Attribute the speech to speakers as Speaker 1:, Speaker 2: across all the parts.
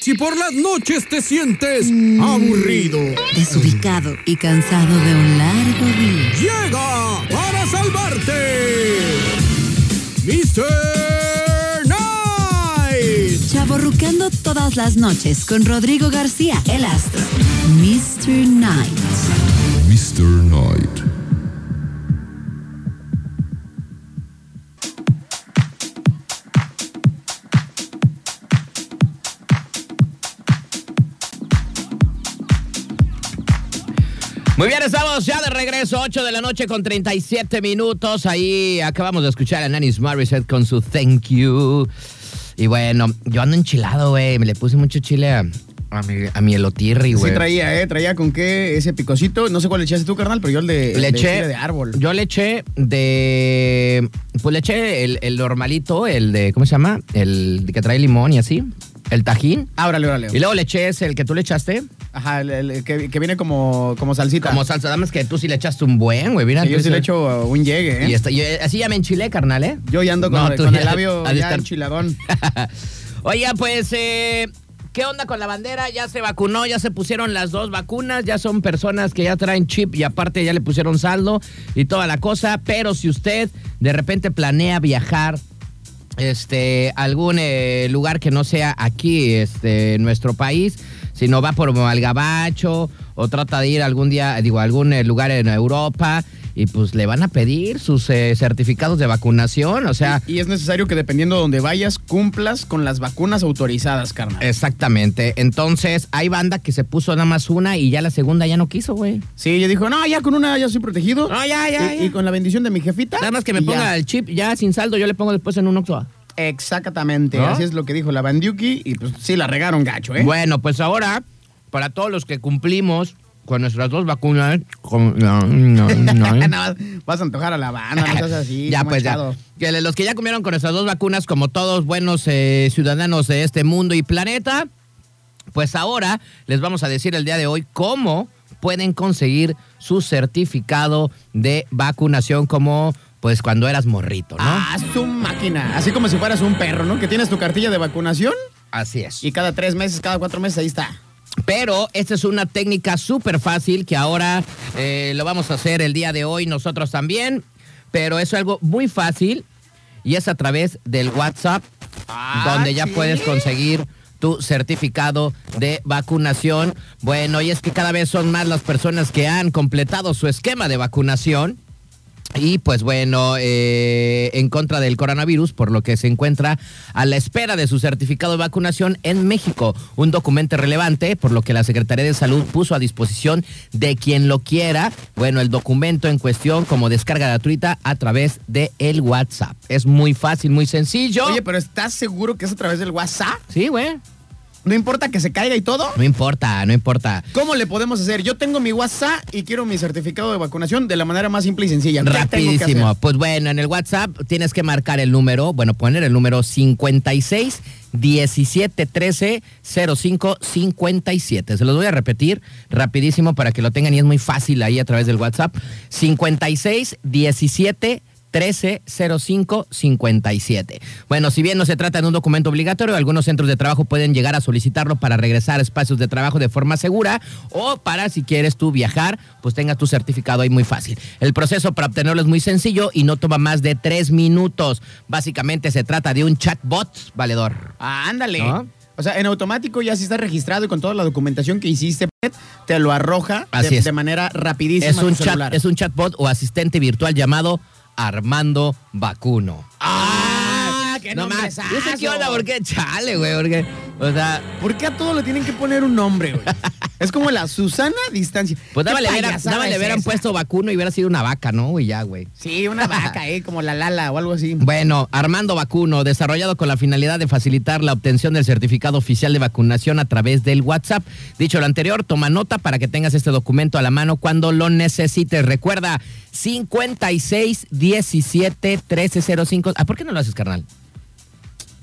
Speaker 1: Si por las noches te sientes
Speaker 2: Mm.
Speaker 1: aburrido,
Speaker 3: desubicado y cansado de un largo día.
Speaker 1: llega para salvarte. Mr. Night.
Speaker 3: Chaborrucando todas las noches con Rodrigo García, el astro. Mr. Night.
Speaker 2: Mr. Knight.
Speaker 4: Muy bien, estamos ya de regreso, 8 de la noche con 37 minutos. Ahí acabamos de escuchar a Nanis Morissette con su Thank You. Y bueno, yo ando enchilado, güey. Me le puse mucho chile a, a mi, a mi elotirri,
Speaker 5: Sí
Speaker 4: güey.
Speaker 5: traía, ¿eh? Traía con qué ese picosito. No sé cuál le echaste tú, carnal, pero yo el de, el
Speaker 4: le
Speaker 5: de chile
Speaker 4: eché,
Speaker 5: de árbol.
Speaker 4: Yo le eché de. Pues le eché el, el normalito, el de. ¿Cómo se llama? El que trae limón y así. El tajín.
Speaker 5: Ah, órale, órale.
Speaker 4: Y luego le eché ese, el que tú le echaste.
Speaker 5: Ajá, el, el que, que viene como, como salsita.
Speaker 4: Como salsa, dame es que tú sí le echaste un buen, güey. Mira,
Speaker 5: Sí, yo
Speaker 4: tú
Speaker 5: sí le
Speaker 4: ese-
Speaker 5: echo uh, un llegue, ¿eh?
Speaker 4: Y esta- y, eh, así ya me enchilé, carnal, ¿eh?
Speaker 5: Yo ya ando con,
Speaker 4: No, tú
Speaker 5: con
Speaker 4: ya-
Speaker 5: el labio
Speaker 4: has de
Speaker 5: ya
Speaker 4: estar-
Speaker 5: enchiladón.
Speaker 4: Oiga, pues, eh, ¿qué onda con la bandera? Ya se vacunó, ya se pusieron las dos vacunas, ya son personas que ya traen chip y aparte ya le pusieron saldo y toda la cosa. Pero si usted de repente planea viajar este, algún eh, lugar que no sea aquí, este, en nuestro país, sino va por Malgabacho o trata de ir algún día, digo, a algún eh, lugar en Europa y pues le van a pedir sus eh, certificados de vacunación, o sea...
Speaker 5: Y, y es necesario que dependiendo de donde vayas, cumplas con las vacunas autorizadas, carnal.
Speaker 4: Exactamente. Entonces, hay banda que se puso nada más una y ya la segunda ya no quiso, güey.
Speaker 5: Sí, yo dijo, no, ya con una Ah, ya soy protegido.
Speaker 4: No, ya, ya,
Speaker 5: Y,
Speaker 4: ya.
Speaker 5: y con la bendición de mi jefita.
Speaker 4: Nada más que me
Speaker 5: y ya.
Speaker 4: ponga el chip ya sin saldo, yo le pongo después en un Oxxo.
Speaker 5: Exactamente,
Speaker 4: ¿No?
Speaker 5: así es lo que dijo la Bandiuki y pues sí la regaron gacho, ¿eh?
Speaker 4: Bueno, pues ahora, para todos los que cumplimos con nuestras dos vacunas, con- no, no, no.
Speaker 5: Nada más vas a antojar a la Habana, Ah, no seas así.
Speaker 4: ya,
Speaker 5: está
Speaker 4: pues ya.
Speaker 5: manchado.
Speaker 4: Que le- Los que ya comieron con nuestras dos vacunas, como todos buenos eh, ciudadanos de este mundo y planeta, pues ahora les vamos a decir el día de hoy cómo pueden conseguir su certificado de vacunación como pues cuando eras morrito, ¿no?
Speaker 5: Ah, su máquina. Así como si fueras un perro, ¿no? Que tienes tu cartilla de vacunación
Speaker 4: Así es.
Speaker 5: y cada tres meses, cada cuatro meses ahí está.
Speaker 4: Pero esta es una técnica súper fácil que ahora eh, lo vamos a hacer el día de hoy nosotros también. Pero es algo muy fácil y es a través del WhatsApp, donde ya puedes conseguir tu certificado de vacunación. Bueno, y es que cada vez son más las personas que han completado su esquema de vacunación. Y pues bueno, eh, en contra del coronavirus, por lo que se encuentra a la espera de su certificado de vacunación en México. Un documento relevante, por lo que la Secretaría de Salud puso a disposición de quien lo quiera. Bueno, el documento en cuestión como descarga gratuita a través de el WhatsApp. Es muy fácil, muy sencillo.
Speaker 5: Oye, pero ¿estás seguro que es a través del WhatsApp?
Speaker 4: sí, güey.
Speaker 5: No importa que se caiga y todo.
Speaker 4: No importa, no importa.
Speaker 5: ¿Cómo le podemos hacer? Yo tengo mi WhatsApp y quiero mi certificado de vacunación de la manera más simple y sencilla. ¿Qué tengo que
Speaker 4: Rapidísimo.
Speaker 5: hacer?
Speaker 4: Pues bueno, en el WhatsApp tienes que marcar el número, bueno, poner el número 56 17 13 05 57. Se los voy a repetir rapidísimo para que lo tengan y es muy fácil ahí a través del WhatsApp. 56 17 13 05 57. Bueno, si bien no se trata de un documento obligatorio, algunos centros de trabajo pueden llegar a solicitarlo para regresar a espacios de trabajo de forma segura o para si quieres tú viajar, pues tengas tu certificado ahí muy fácil. El proceso para obtenerlo es muy sencillo y no toma más de tres minutos. Básicamente se trata de un chatbot valedor.
Speaker 5: Ah, ándale.
Speaker 4: ¿No?
Speaker 5: O sea, en automático ya si estás registrado y con toda la documentación que hiciste, te lo arroja de-
Speaker 4: Así
Speaker 5: de,
Speaker 4: es.
Speaker 5: manera rapidísima.
Speaker 4: Es
Speaker 5: a tu
Speaker 4: un, chat,
Speaker 5: celular.
Speaker 4: es un chatbot o asistente virtual llamado Armando Vacuno.
Speaker 5: ¡Ah! ¡Qué
Speaker 4: No más.
Speaker 5: nombrezazo!
Speaker 4: Yo sé qué onda, porque chale, güey, porque, o sea,
Speaker 5: ¿Por qué a todo le tienen que poner un nombre, güey? es como la Susana Distancia.
Speaker 4: Pues
Speaker 5: ¿Qué
Speaker 4: nada, le hubieran,
Speaker 5: payasada
Speaker 4: nada más le
Speaker 5: es
Speaker 4: hubieran
Speaker 5: esa?
Speaker 4: puesto vacuno y hubiera sido una vaca, ¿no? Y ya, güey.
Speaker 5: Sí, una vaca, ¿eh? Como la Lala o algo así.
Speaker 4: Bueno, Armando Vacuno, desarrollado con la finalidad de facilitar la obtención del certificado oficial de vacunación a través del WhatsApp. Dicho lo anterior, toma nota para que tengas este documento a la mano cuando lo necesites. Recuerda, 56 17 1305. ¿Ah, por qué no lo haces, carnal?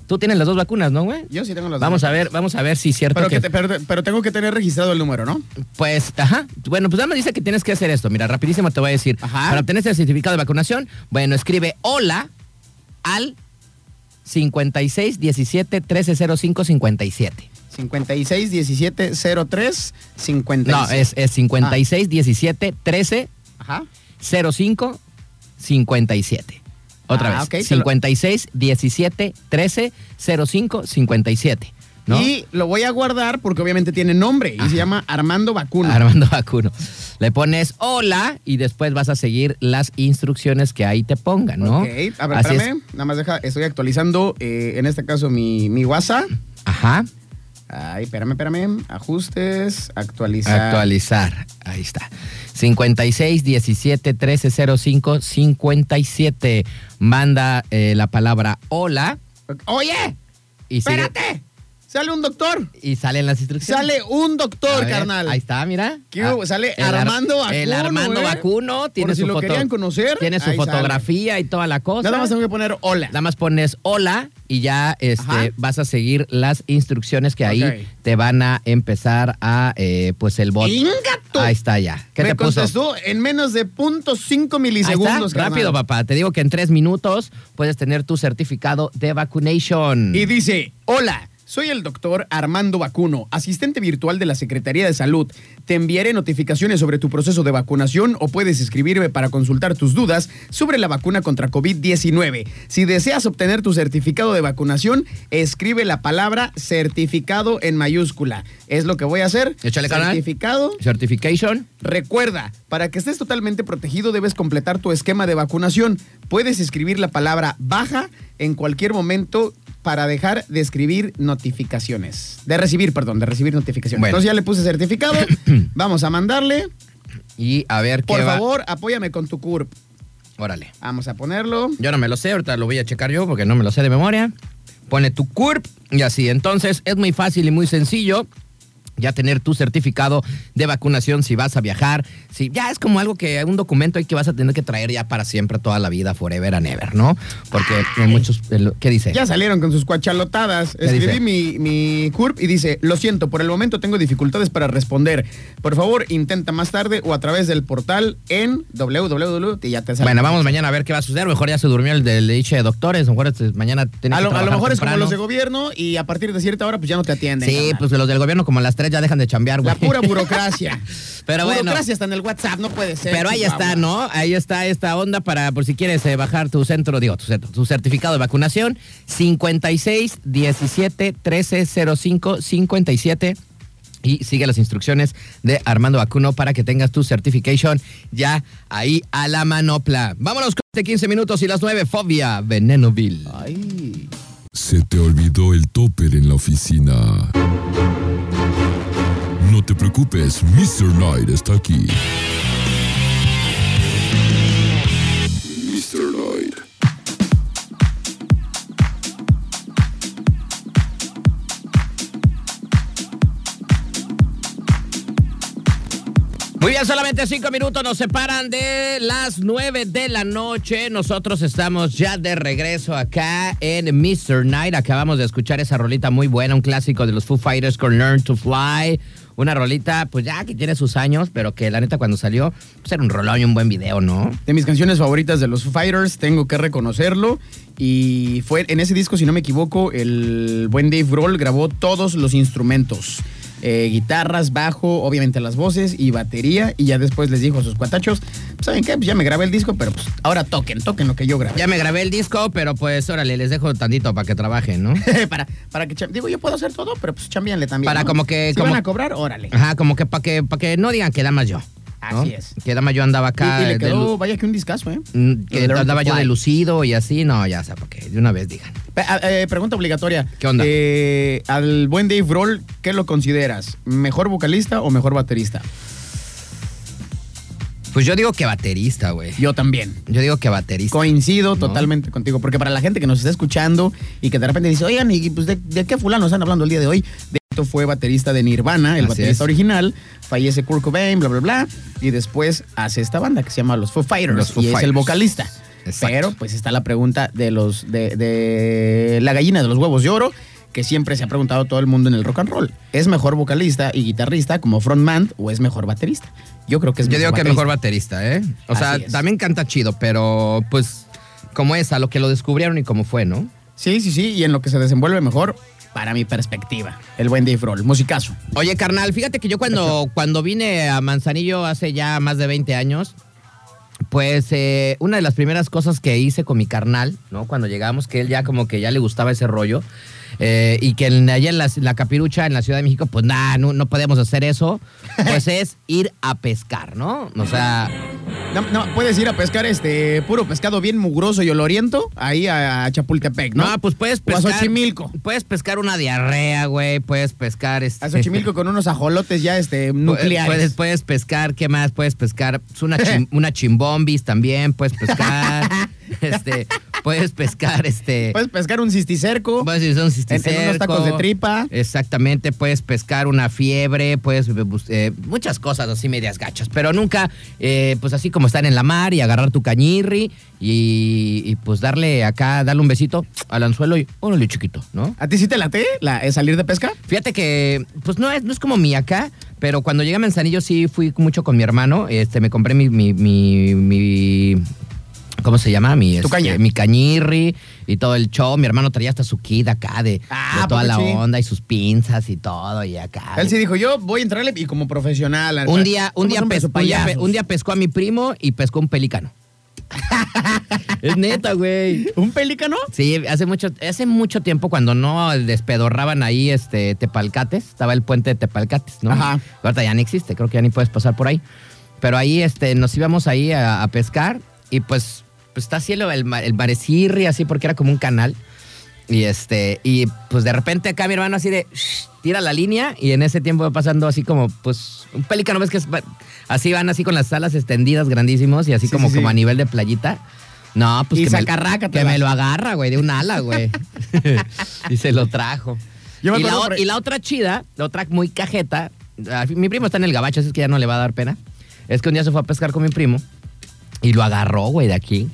Speaker 4: Tú tienes las dos vacunas, ¿no, güey?
Speaker 5: Yo sí tengo los
Speaker 4: Vamos
Speaker 5: dos.
Speaker 4: a ver, vamos a ver si es cierto
Speaker 5: Pero,
Speaker 4: que...
Speaker 5: que te- pero, pero tengo que tener registrado el número, ¿no?
Speaker 4: Pues, ajá. Bueno, pues ya me dice que tienes que hacer esto. Mira, rapidísimo te voy a decir.
Speaker 5: Ajá.
Speaker 4: Para obtener el certificado de vacunación, bueno, escribe hola al 56 17 13 05 57.
Speaker 5: 56 17 03 56.
Speaker 4: No, es, es 56 17 13
Speaker 5: Ajá.
Speaker 4: 05 57. Otra
Speaker 5: Ah,
Speaker 4: vez.
Speaker 5: ok, te lo-
Speaker 4: 56 17 13 05 57. ¿No?
Speaker 5: Y lo voy a guardar porque obviamente tiene nombre y se llama Armando Vacuno.
Speaker 4: Armando Vacuno. Le pones hola y después vas a seguir las instrucciones que ahí te pongan, ¿no?
Speaker 5: Ok, a ver,
Speaker 4: Así es.
Speaker 5: espérame. Nada más deja, estoy actualizando, eh, en este caso, mi, mi WhatsApp.
Speaker 4: Ajá.
Speaker 5: Ay, espérame, espérame. Ajustes, actualizar.
Speaker 4: Actualizar. Ahí está. 56 17 13 05 57. Manda eh, la palabra hola
Speaker 5: Oye,
Speaker 4: y, sigue-
Speaker 5: espérate. Sale un doctor.
Speaker 4: y salen las instrucciones.
Speaker 5: Sale un
Speaker 4: A
Speaker 5: doctor,
Speaker 4: ver,
Speaker 5: carnal.
Speaker 4: Ahí está, mira.
Speaker 5: ¿Qué hubo?
Speaker 4: Ah,
Speaker 5: Sale
Speaker 4: Ar-
Speaker 5: Armando Vacuno,
Speaker 4: El Armando
Speaker 5: ¿eh?
Speaker 4: Vacuno. Tiene
Speaker 5: Por si
Speaker 4: su
Speaker 5: lo
Speaker 4: foto-
Speaker 5: querían conocer,
Speaker 4: Tiene su
Speaker 5: ahí sale.
Speaker 4: fotografía y toda la cosa.
Speaker 5: Nada más tengo que poner hola.
Speaker 4: Nada más pones hola y ya
Speaker 5: Ajá.
Speaker 4: este, vas a seguir las instrucciones que ahí
Speaker 5: Ok.
Speaker 4: te van a empezar a, eh, pues, el bot.
Speaker 5: ¡Ingato!
Speaker 4: Ahí está ya. ¿Qué
Speaker 5: Me
Speaker 4: te puso?
Speaker 5: contestó en menos de .5
Speaker 4: Ahí está.
Speaker 5: milisegundos, carnal.
Speaker 4: Rápido, papá. Te digo que en tres minutos puedes tener tu certificado de vacunation.
Speaker 5: Y dice, hola, soy el doctor Armando Vacuno, asistente virtual de la Secretaría de Salud. Te enviaré notificaciones sobre tu proceso de vacunación o puedes escribirme para consultar tus dudas sobre la vacuna contra COVID-19. Si deseas obtener tu certificado de vacunación, escribe la palabra certificado en mayúscula. Es lo que voy a hacer.
Speaker 4: Échale, carnal.
Speaker 5: certificado.
Speaker 4: Certification.
Speaker 5: Recuerda, para que estés totalmente protegido debes completar tu esquema de vacunación. Puedes escribir la palabra baja en cualquier momento para dejar de escribir notificaciones. De recibir, perdón, de recibir notificaciones.
Speaker 4: Bueno.
Speaker 5: Entonces ya le puse certificado. Vamos a mandarle.
Speaker 4: Y a ver
Speaker 5: Por
Speaker 4: qué va.
Speaker 5: favor, apóyame con tu CURP.
Speaker 4: Órale.
Speaker 5: Vamos a ponerlo.
Speaker 4: Yo no me lo sé, ahorita lo voy a checar yo porque no me lo sé de memoria. Pone tu CURP y así. Entonces es muy fácil y muy sencillo ya tener tu certificado de vacunación si vas a viajar. Si, ya es como algo que un documento ahí que vas a tener que traer ya para siempre, toda la vida, forever and ever, ¿no? Porque hay muchos... eh, ¿Qué dice?
Speaker 5: Ya salieron con sus cuachalotadas.
Speaker 4: ¿Qué
Speaker 5: Escribí
Speaker 4: dice?
Speaker 5: mi, mi CURP y dice, lo siento, por el momento tengo dificultades para responder. Por favor, intenta más tarde o a través del portal en www. Y ya te sale.
Speaker 4: Bueno, vamos mañana a ver qué va a suceder. A lo Mejor ya se durmió el del dicho de doctores. A lo Mejor este, mañana tiene
Speaker 5: A
Speaker 4: que
Speaker 5: lo, a lo
Speaker 4: trabajar
Speaker 5: mejor es como
Speaker 4: temprano.
Speaker 5: los de gobierno y a partir de cierta hora pues ya no te atienden.
Speaker 4: Sí,
Speaker 5: carnal.
Speaker 4: pues los del gobierno como a las tres ya dejan de chambear, güey.
Speaker 5: La pura burocracia.
Speaker 4: Pero bueno.
Speaker 5: Burocracia está en el WhatsApp, no puede ser.
Speaker 4: Pero ahí está,
Speaker 5: Chihuahua.
Speaker 4: ¿no? Ahí está esta onda para, por si quieres eh, bajar tu centro, digo, tu, centro, tu certificado de vacunación, 56 17 13 05 57. Y sigue las instrucciones de Armando Vacuno para que tengas tu certification ya ahí a la manopla. Vámonos con este 15 minutos y las 9, Fobia, Veneno Bill.
Speaker 5: Ay.
Speaker 2: Se te olvidó el topper en la oficina. No te preocupes, Mr. Knight está aquí. Mr. Knight.
Speaker 4: Muy bien, solamente cinco minutos nos separan de las nueve de la noche. Nosotros estamos ya de regreso acá en Mr. Night. Acabamos de escuchar esa rolita muy buena, un clásico de los Foo Fighters con Learn to Fly. Una rolita, pues ya que tiene sus años, pero que la neta cuando salió, pues era un rolón y un buen video, ¿no?
Speaker 5: De mis canciones favoritas de los Foo Fighters, tengo que reconocerlo. Y fue en ese disco, si no me equivoco, el buen Dave Grohl grabó todos los instrumentos. Eh, guitarras, bajo, obviamente las voces y batería. Y ya después les dijo a sus cuatachos, ¿saben qué? Pues ya me grabé el disco, pero pues ahora toquen, toquen lo que yo grabé.
Speaker 4: Ya me grabé el disco, pero pues órale, les dejo tantito para que trabajen, ¿no?
Speaker 5: para, para que cham- Digo, yo puedo hacer todo, pero pues chambianle también.
Speaker 4: Para
Speaker 5: ¿no?
Speaker 4: como que-
Speaker 5: Si
Speaker 4: como-
Speaker 5: van a cobrar, órale.
Speaker 4: Ajá, como que para que, pa' que no digan que dama yo. ¿no?
Speaker 5: Así es.
Speaker 4: Que dama yo andaba acá.
Speaker 5: Y, y le
Speaker 4: de
Speaker 5: quedó,
Speaker 4: lu-
Speaker 5: vaya que un discazo, ¿eh?
Speaker 4: Mm, que
Speaker 5: Learn to
Speaker 4: andaba yo
Speaker 5: Fly.
Speaker 4: de lucido y así, no, ya sé, porque de una vez digan.
Speaker 5: Pe- a- eh, pregunta obligatoria.
Speaker 4: ¿Qué onda?
Speaker 5: Eh, al buen Dave Grohl, ¿qué lo consideras? ¿Mejor vocalista o mejor baterista?
Speaker 4: Pues yo digo que baterista, güey.
Speaker 5: Yo también.
Speaker 4: Yo digo que baterista.
Speaker 5: Coincido totalmente contigo, porque para la gente que nos está escuchando y que de repente dice, oigan, ¿y pues de, de qué fulano están hablando el día de hoy? De esto fue baterista de Nirvana, el
Speaker 4: Así
Speaker 5: baterista
Speaker 4: es.
Speaker 5: original, fallece Kurt Cobain, bla, bla, bla, y después hace esta banda que se llama Los Foo Fighters
Speaker 4: Los Foo
Speaker 5: y es el
Speaker 4: Fighters.
Speaker 5: vocalista.
Speaker 4: Exacto.
Speaker 5: Pero pues está la pregunta de los de, de la gallina de los huevos de oro que siempre se ha preguntado todo el mundo en el rock and roll. ¿Es mejor vocalista y guitarrista como frontman o es mejor baterista? Yo creo que es
Speaker 4: yo digo que es
Speaker 5: baterista.
Speaker 4: mejor baterista, ¿eh? O sea,
Speaker 5: Así es.
Speaker 4: también canta chido, pero pues como es, a lo que lo descubrieron y como fue, ¿no?
Speaker 5: Sí, sí, sí, y en lo que se desenvuelve mejor, para mi perspectiva. El buen Dave Roll, musicazo.
Speaker 4: Oye, carnal, fíjate que yo cuando, cuando vine a Manzanillo hace ya más de 20 años, pues eh, una de las primeras cosas que hice con mi carnal, ¿no? Cuando llegamos, que él ya como que ya le gustaba ese rollo, eh, y que en- allá en la, la Capirucha, en la Ciudad de México, pues nada, no, no podemos hacer eso, pues es ir a pescar, ¿no? O sea,
Speaker 5: No, no, puedes ir a pescar este puro pescado bien mugroso y oloriento ahí a, a Chapultepec, ¿no?
Speaker 4: no, pues puedes
Speaker 5: O a
Speaker 4: pescar.
Speaker 5: Xochimilco.
Speaker 4: Puedes pescar una diarrea, güey, puedes pescar. Este,
Speaker 5: A Xochimilco con unos ajolotes ya este
Speaker 4: Pues,
Speaker 5: nucleares.
Speaker 4: Puedes, puedes pescar, ¿qué más? Puedes pescar pues, una, chim- una chimbombis también, puedes pescar. este, puedes pescar, este.
Speaker 5: Puedes pescar un cisticerco.
Speaker 4: puedes ir a un
Speaker 5: Pues, en unos tacos de
Speaker 4: cisticerco.
Speaker 5: tripa.
Speaker 4: Exactamente, puedes pescar una fiebre, puedes eh, bus- eh, muchas cosas así medias gachas, pero nunca, eh, pues así como estar en la mar y agarrar tu cañirri y, y, pues darle acá, darle un besito al anzuelo y órale chiquito, ¿no?
Speaker 5: ¿A ti sí te late la, eh, salir de pesca?
Speaker 4: Fíjate que, pues no es, no es como mi acá, pero cuando llegué a Manzanillo sí fui mucho con mi hermano. Este, me compré mi, mi, mi, mi- ¿cómo se llama? Mi,
Speaker 5: Tu
Speaker 4: este,
Speaker 5: caña.
Speaker 4: mi cañirri y todo el show. Mi hermano traía hasta su kid acá de,
Speaker 5: Ah,
Speaker 4: de toda
Speaker 5: ¿poco
Speaker 4: la
Speaker 5: sí?
Speaker 4: onda y sus pinzas y todo y acá.
Speaker 5: Él sí dijo, yo voy a entrarle y como profesional.
Speaker 4: un día, un día, pes- un día pe-
Speaker 5: pescó
Speaker 4: un día pescó a mi primo y pescó un pelicano. es neta, güey.
Speaker 5: ¿Un pelícano?
Speaker 4: Sí, hace mucho, hace mucho tiempo cuando no despedorraban ahí este Tepalcates, estaba el puente de Tepalcates, ¿no?
Speaker 5: Ajá.
Speaker 4: Ahorita ya ni existe, creo que ya ni puedes pasar por ahí. Pero ahí este, nos íbamos ahí a, a pescar y pues, pues está cielo el, ma- el marecirri así porque era como un canal. Y este, y pues de repente acá mi hermano así de "Shh", tira la línea y en ese tiempo va pasando así como, pues, un pelícano, ves que es- así van así con las alas extendidas grandísimos y así
Speaker 5: Sí,
Speaker 4: como,
Speaker 5: sí, sí.
Speaker 4: como a nivel de playita. No, pues
Speaker 5: Y
Speaker 4: que, me,
Speaker 5: sacarrácatelas.
Speaker 4: que me lo agarra, güey, de un ala, güey. y se lo trajo. Y
Speaker 5: Yo me
Speaker 4: la,
Speaker 5: acuerdo
Speaker 4: o-
Speaker 5: por-
Speaker 4: y la otra chida, la otra muy cajeta, ah, mi primo está en el gabacho, así es que ya no le va a dar pena. Es que un día se fue a pescar con mi primo y lo agarró, güey, de aquí.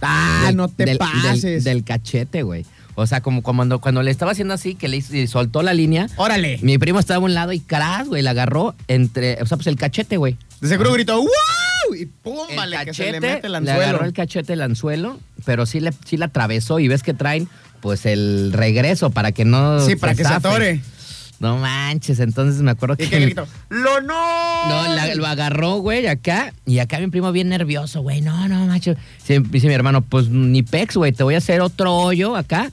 Speaker 5: Ah,
Speaker 4: Del-
Speaker 5: no te
Speaker 4: del- del-
Speaker 5: pases.
Speaker 4: Del, cachete, güey. O sea, como como cuando, cuando le estaba haciendo así, que le hizo- y soltó la línea,
Speaker 5: Órale.
Speaker 4: mi primo estaba a un lado y crash, güey, la agarró entre, o sea, pues el cachete, güey.
Speaker 5: De seguro gritó, ¡wow! Y
Speaker 4: El
Speaker 5: púmbale, que se
Speaker 4: cachete,
Speaker 5: le mete el
Speaker 4: le agarró
Speaker 5: anzuelo.
Speaker 4: el cachete el anzuelo, pero sí le, sí la atravesó y ves que traen pues el regreso para que no
Speaker 5: Sí, para que se
Speaker 4: zafe.
Speaker 5: atore.
Speaker 4: No manches, entonces me acuerdo
Speaker 5: Y
Speaker 4: que...
Speaker 5: que gritó, ¡lo no!
Speaker 4: No, la- lo agarró, güey, acá. Y acá mi primo bien nervioso, güey. No, no, macho. Sí, dice mi hermano, pues ni pex, güey. Te voy a hacer otro hoyo acá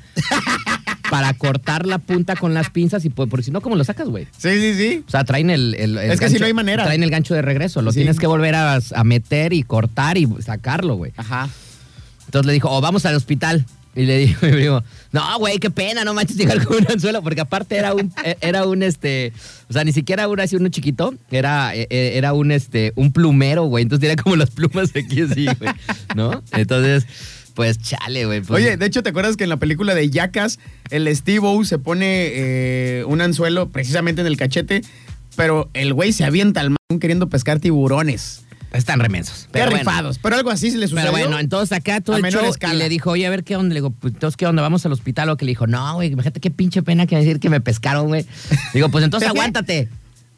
Speaker 4: para cortar la punta con las pinzas. y pues, Porque si no, ¿cómo lo sacas, güey?
Speaker 5: Sí, sí, sí.
Speaker 4: O sea, traen el, el- el
Speaker 5: Es que si no hay manera.
Speaker 4: Traen el gancho de regreso. Lo
Speaker 5: Sí.
Speaker 4: tienes que volver a, a meter y cortar y sacarlo, güey.
Speaker 5: Ajá.
Speaker 4: Entonces le dijo, o vamos al hospital. Y le dijo, mi primo, no, güey, qué pena, no manches llegar con un anzuelo, porque aparte era un, eh, era un, este, o sea, ni siquiera era así uno chiquito, era, eh, eh, era un, este, un plumero, güey, entonces tenía como las plumas aquí así, güey, ¿no? Entonces, pues chale, güey. pues-
Speaker 5: Oye, de hecho, ¿te acuerdas que en la película de Yacas, el Steve-O se pone eh, un anzuelo precisamente en el cachete, pero el güey se avienta al mar queriendo pescar tiburones.
Speaker 4: están remensos.
Speaker 5: Qué
Speaker 4: pero bueno.
Speaker 5: rifados. Pero algo así se le sucedió.
Speaker 4: Pero bueno, entonces acá todo
Speaker 5: A
Speaker 4: el
Speaker 5: menor
Speaker 4: show
Speaker 5: escala.
Speaker 4: y le dijo, oye, a ver qué onda. Le digo, pues, entonces, ¿qué onda? ¿Vamos al hospital o que Le dijo, no, güey, imagínate qué pinche pena que decir que me pescaron, güey. Digo, pues entonces aguántate.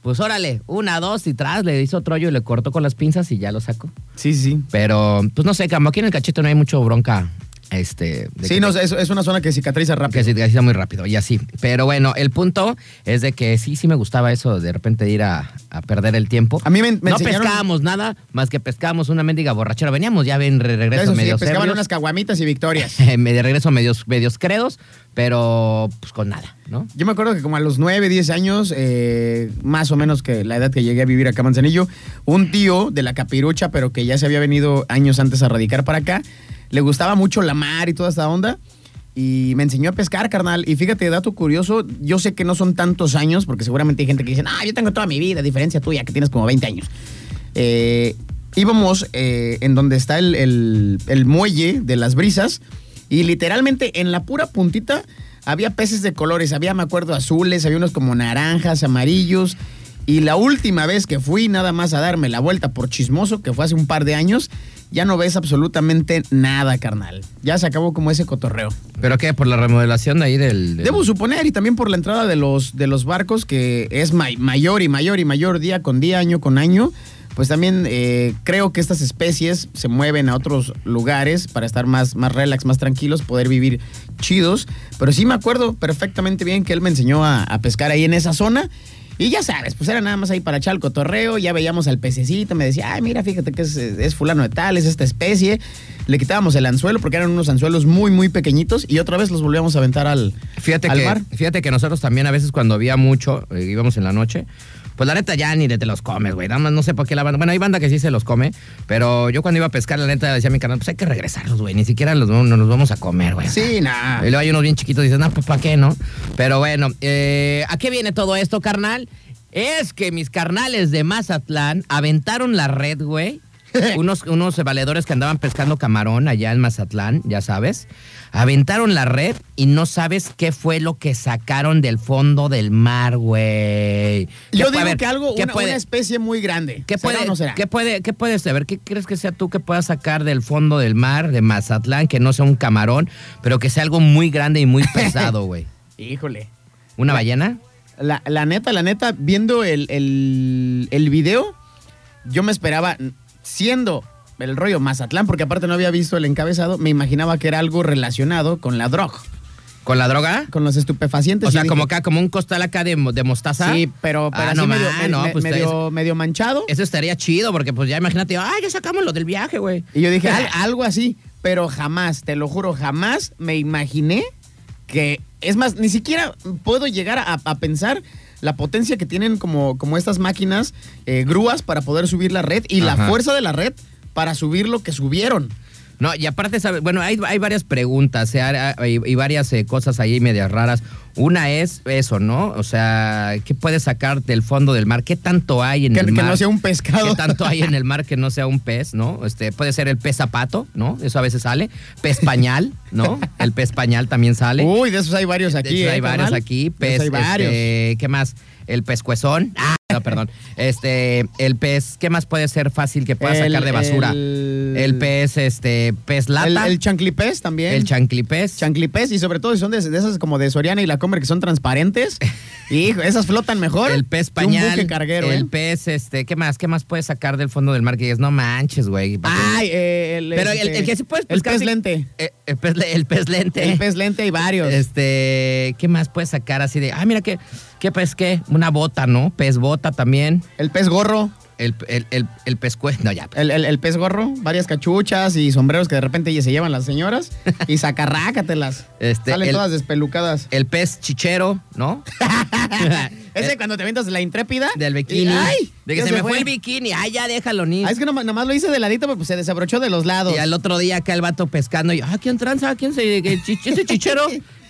Speaker 4: Pues órale, una, dos y tras, le hizo otro hoyo y le cortó con las pinzas y ya lo sacó.
Speaker 5: Sí, sí.
Speaker 4: Pero, pues no sé, como aquí en el cachete no hay mucho bronca, este. de
Speaker 5: Sí,
Speaker 4: que
Speaker 5: no,
Speaker 4: te-
Speaker 5: es, es una zona que cicatriza rápido.
Speaker 4: que se desgasta muy rápido y así. Pero bueno, el punto es de que sí, sí me gustaba eso de repente ir a, a perder el tiempo.
Speaker 5: A mí me- me
Speaker 4: No
Speaker 5: enseñaron-
Speaker 4: pescábamos nada más que pescábamos una mendiga borrachera. Veníamos ya en re- regreso
Speaker 5: Eso sí,
Speaker 4: medio
Speaker 5: pescaban
Speaker 4: ebrios.
Speaker 5: unas caguamitas y victorias.
Speaker 4: me de regreso medios, medios credos, pero pues con nada, ¿no?
Speaker 5: Yo me acuerdo que como a los 9, 10 años, eh, más o menos que la edad que llegué a vivir acá en Manzanillo, un tío de la capirucha, pero que ya se había venido años antes a radicar para acá, le gustaba mucho la mar y toda esta onda. Y me enseñó a pescar, carnal. Y fíjate, dato curioso, yo sé que no son tantos años, porque seguramente hay gente que dice, ah, yo tengo toda mi vida, a diferencia tuya, que tienes como 20 años. Eh, íbamos eh, en donde está el, el- el muelle de las brisas y literalmente en la pura puntita había peces de colores, había, me acuerdo, azules, había unos como naranjas, amarillos. Y la última vez que fui nada más a darme la vuelta por chismoso, que fue hace un par de años, ya no ves absolutamente nada, carnal. Ya se acabó como ese cotorreo.
Speaker 4: ¿Pero qué? ¿Por la remodelación de ahí del...? del-
Speaker 5: Debo suponer, y también por la entrada de los, de los barcos, que es may- mayor y mayor y mayor día con día, año con año, pues también eh, creo que estas especies se mueven a otros lugares para estar más, más relax, más tranquilos, poder vivir chidos. Pero sí me acuerdo perfectamente bien que él me enseñó a, a pescar ahí en esa zona. Y ya sabes, pues era nada más ahí para echar el cotorreo, ya veíamos al pececito, me decía, ay, mira, fíjate que es, es fulano de tal, es esta especie. Le quitábamos el anzuelo porque eran unos anzuelos muy, muy pequeñitos y otra vez los volvíamos a aventar al,
Speaker 4: Fíjate
Speaker 5: al
Speaker 4: que,
Speaker 5: mar.
Speaker 4: fíjate que nosotros también a veces cuando había mucho, eh, íbamos en la noche, pues la neta ya ni de- te los comes, güey. Nada más no sé por qué la banda. Bueno, hay banda que sí se los come, pero yo cuando iba a pescar, la neta decía a mi canal, pues hay que regresarlos, güey. Ni siquiera los, vamos- no los vamos a comer, güey.
Speaker 5: Sí, nada.
Speaker 4: Y luego hay unos bien chiquitos y dices, no, pues ¿para qué, no? Pero bueno, eh, ¿a qué viene todo esto, carnal? Es que mis carnales de Mazatlán aventaron la red, güey. unos, unos valedores que andaban pescando camarón allá en Mazatlán, ya sabes. Aventaron la red y no sabes qué fue lo que sacaron del fondo del mar, güey. ¿Qué fue?
Speaker 5: Yo
Speaker 4: A
Speaker 5: digo
Speaker 4: ver,
Speaker 5: que algo,
Speaker 4: ¿qué
Speaker 5: una,
Speaker 4: puede-
Speaker 5: una especie muy grande.
Speaker 4: ¿Qué
Speaker 5: ¿Será
Speaker 4: puede,
Speaker 5: o no será?
Speaker 4: ¿qué, puede, ¿Qué puede saber? ¿Qué crees que sea tú que puedas sacar del fondo del mar de Mazatlán que no sea un camarón, pero que sea algo muy grande y muy pesado, güey?
Speaker 5: Híjole.
Speaker 4: ¿Una ballena?
Speaker 5: La, la neta, la neta, viendo el, el- el video, yo me esperaba, siendo el rollo Mazatlán, porque aparte no había visto el encabezado, me imaginaba que era algo relacionado con la droga,
Speaker 4: ¿Con la droga?
Speaker 5: con los estupefacientes.
Speaker 4: O
Speaker 5: y
Speaker 4: sea,
Speaker 5: dije,
Speaker 4: como acá, como un costal acá de, mo- de mostaza.
Speaker 5: Sí, pero, pero
Speaker 4: Ah,
Speaker 5: así
Speaker 4: no,
Speaker 5: medio,
Speaker 4: ma,
Speaker 5: me-
Speaker 4: no,
Speaker 5: me-
Speaker 4: pues,
Speaker 5: medio, medio manchado.
Speaker 4: Eso estaría chido, porque pues ya imagínate, ah, ya sacamos lo del viaje, güey.
Speaker 5: Y yo dije, "Al- algo así, pero jamás, te lo juro, jamás me imaginé que, es más, ni siquiera puedo llegar a, a pensar la potencia que tienen como, como estas máquinas, eh, grúas para poder subir la red y
Speaker 4: Ajá.
Speaker 5: la fuerza de la red para subir lo que subieron.
Speaker 4: No, y aparte, ¿sabes? bueno, hay, hay varias preguntas eh, ah, y, y varias eh, cosas ahí medias raras. Una es eso, ¿no? O sea, ¿qué puedes sacar del fondo del mar? ¿Qué tanto hay en
Speaker 5: Que,
Speaker 4: el
Speaker 5: que
Speaker 4: mar?
Speaker 5: no sea un pescado.
Speaker 4: ¿Qué tanto hay en el mar que no sea un pez, no? Este, puede ser el pez zapato, ¿no? Eso a veces sale. Pez pañal, ¿no? El pez pañal también sale.
Speaker 5: Uy, de esos hay varios
Speaker 4: De
Speaker 5: aquí.
Speaker 4: hecho,
Speaker 5: ¿eh,
Speaker 4: hay varios
Speaker 5: carnal?
Speaker 4: aquí.
Speaker 5: De
Speaker 4: Pez,
Speaker 5: esos hay varios.
Speaker 4: este, ¿qué más? El pescuezón. Ah, no, perdón. Este, el pez, ¿qué más puede ser fácil que pueda
Speaker 5: El-
Speaker 4: sacar de basura?
Speaker 5: el-
Speaker 4: El pez, este, pez
Speaker 5: El,
Speaker 4: lata.
Speaker 5: el chanclipés también.
Speaker 4: El chanclipés.
Speaker 5: chanclipés y sobre todo si son de, de esas como de Soriana y la Comer que son transparentes. Hijo, esas flotan mejor.
Speaker 4: el pez
Speaker 5: que un
Speaker 4: pañal.
Speaker 5: buque carguero,
Speaker 4: el
Speaker 5: ¿eh?
Speaker 4: pez, este, ¿qué más? ¿Qué más puedes sacar del fondo del mar? Que dices, no manches, güey. ¿para qué?
Speaker 5: Ay, eh, el,
Speaker 4: Pero el,
Speaker 5: este,
Speaker 4: el que sí puedes pescar.
Speaker 5: El pez
Speaker 4: sí-
Speaker 5: lente.
Speaker 4: Eh, El, pez, le- el pez lente.
Speaker 5: El pez lente hay varios.
Speaker 4: Este, ¿qué más puedes sacar así de? Ah, mira qué, qué pez qué, una bota, ¿no? Pez bota también.
Speaker 5: el pez gorro.
Speaker 4: El, el, el, el pescue- no, ya.
Speaker 5: El, el- el pez gorro, varias cachuchas y sombreros que de repente ya se llevan las señoras y sacarrácatelas.
Speaker 4: Este,
Speaker 5: Salen
Speaker 4: el-
Speaker 5: todas despelucadas.
Speaker 4: El pez chichero, ¿no?
Speaker 5: Ese cuando te avientas la intrépida.
Speaker 4: Del
Speaker 5: y-
Speaker 4: bikini.
Speaker 5: ¡Ay!
Speaker 4: de que
Speaker 5: ya
Speaker 4: se, me fue. el bikini. Ay, ya déjalo, ni.
Speaker 5: Ah, es que nomás, nomás lo hice de ladito, pero pues se desabrochó de los lados.
Speaker 4: Y al otro día acá el vato pescando. Y, ah, ¿quién tranza? ¿Quién se, qué chi- ese chichero?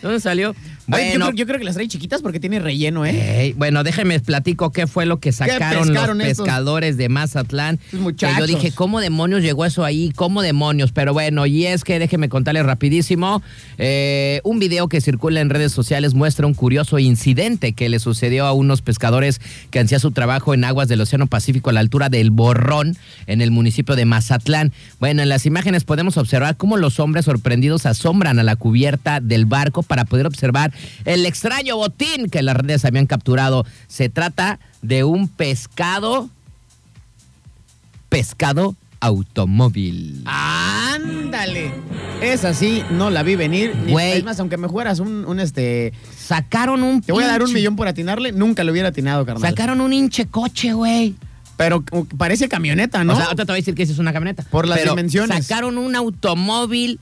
Speaker 4: ¿Dónde salió?
Speaker 5: Oye, yo,
Speaker 4: Bueno,
Speaker 5: creo, yo creo que las trae chiquitas porque tiene relleno, ¿eh?
Speaker 4: Ey, bueno, déjenme platico qué fue lo que sacaron los
Speaker 5: pescaron estos?
Speaker 4: pescadores de Mazatlán.
Speaker 5: Estos muchachos.
Speaker 4: Que yo dije, ¿cómo demonios llegó eso ahí? ¿Cómo demonios? Pero bueno, y es que déjenme contarles rapidísimo. eh, un video que circula en redes sociales muestra un curioso incidente que le sucedió a unos pescadores que hacían su trabajo en aguas del Océano Pacífico a la altura del Borrón, en el municipio de Mazatlán. Bueno, en las imágenes podemos observar cómo los hombres sorprendidos asombran a la cubierta del barco para poder observar el extraño botín que las redes habían capturado. Se trata de un pescado pescado automóvil.
Speaker 5: Ah. ¡Ándale! Esa sí, no la vi venir. ni-
Speaker 4: Güey.
Speaker 5: Es más, aunque me jugaras un, un, este.
Speaker 4: Sacaron un.
Speaker 5: Te voy a dar un
Speaker 4: pinche-
Speaker 5: millón por atinarle, nunca lo hubiera atinado, carnal.
Speaker 4: Sacaron un hinche coche, güey.
Speaker 5: Pero uh, parece camioneta, ¿no?
Speaker 4: O sea, ahorita te voy a decir que esa es una camioneta.
Speaker 5: Por las
Speaker 4: Pero
Speaker 5: dimensiones.
Speaker 4: Sacaron un automóvil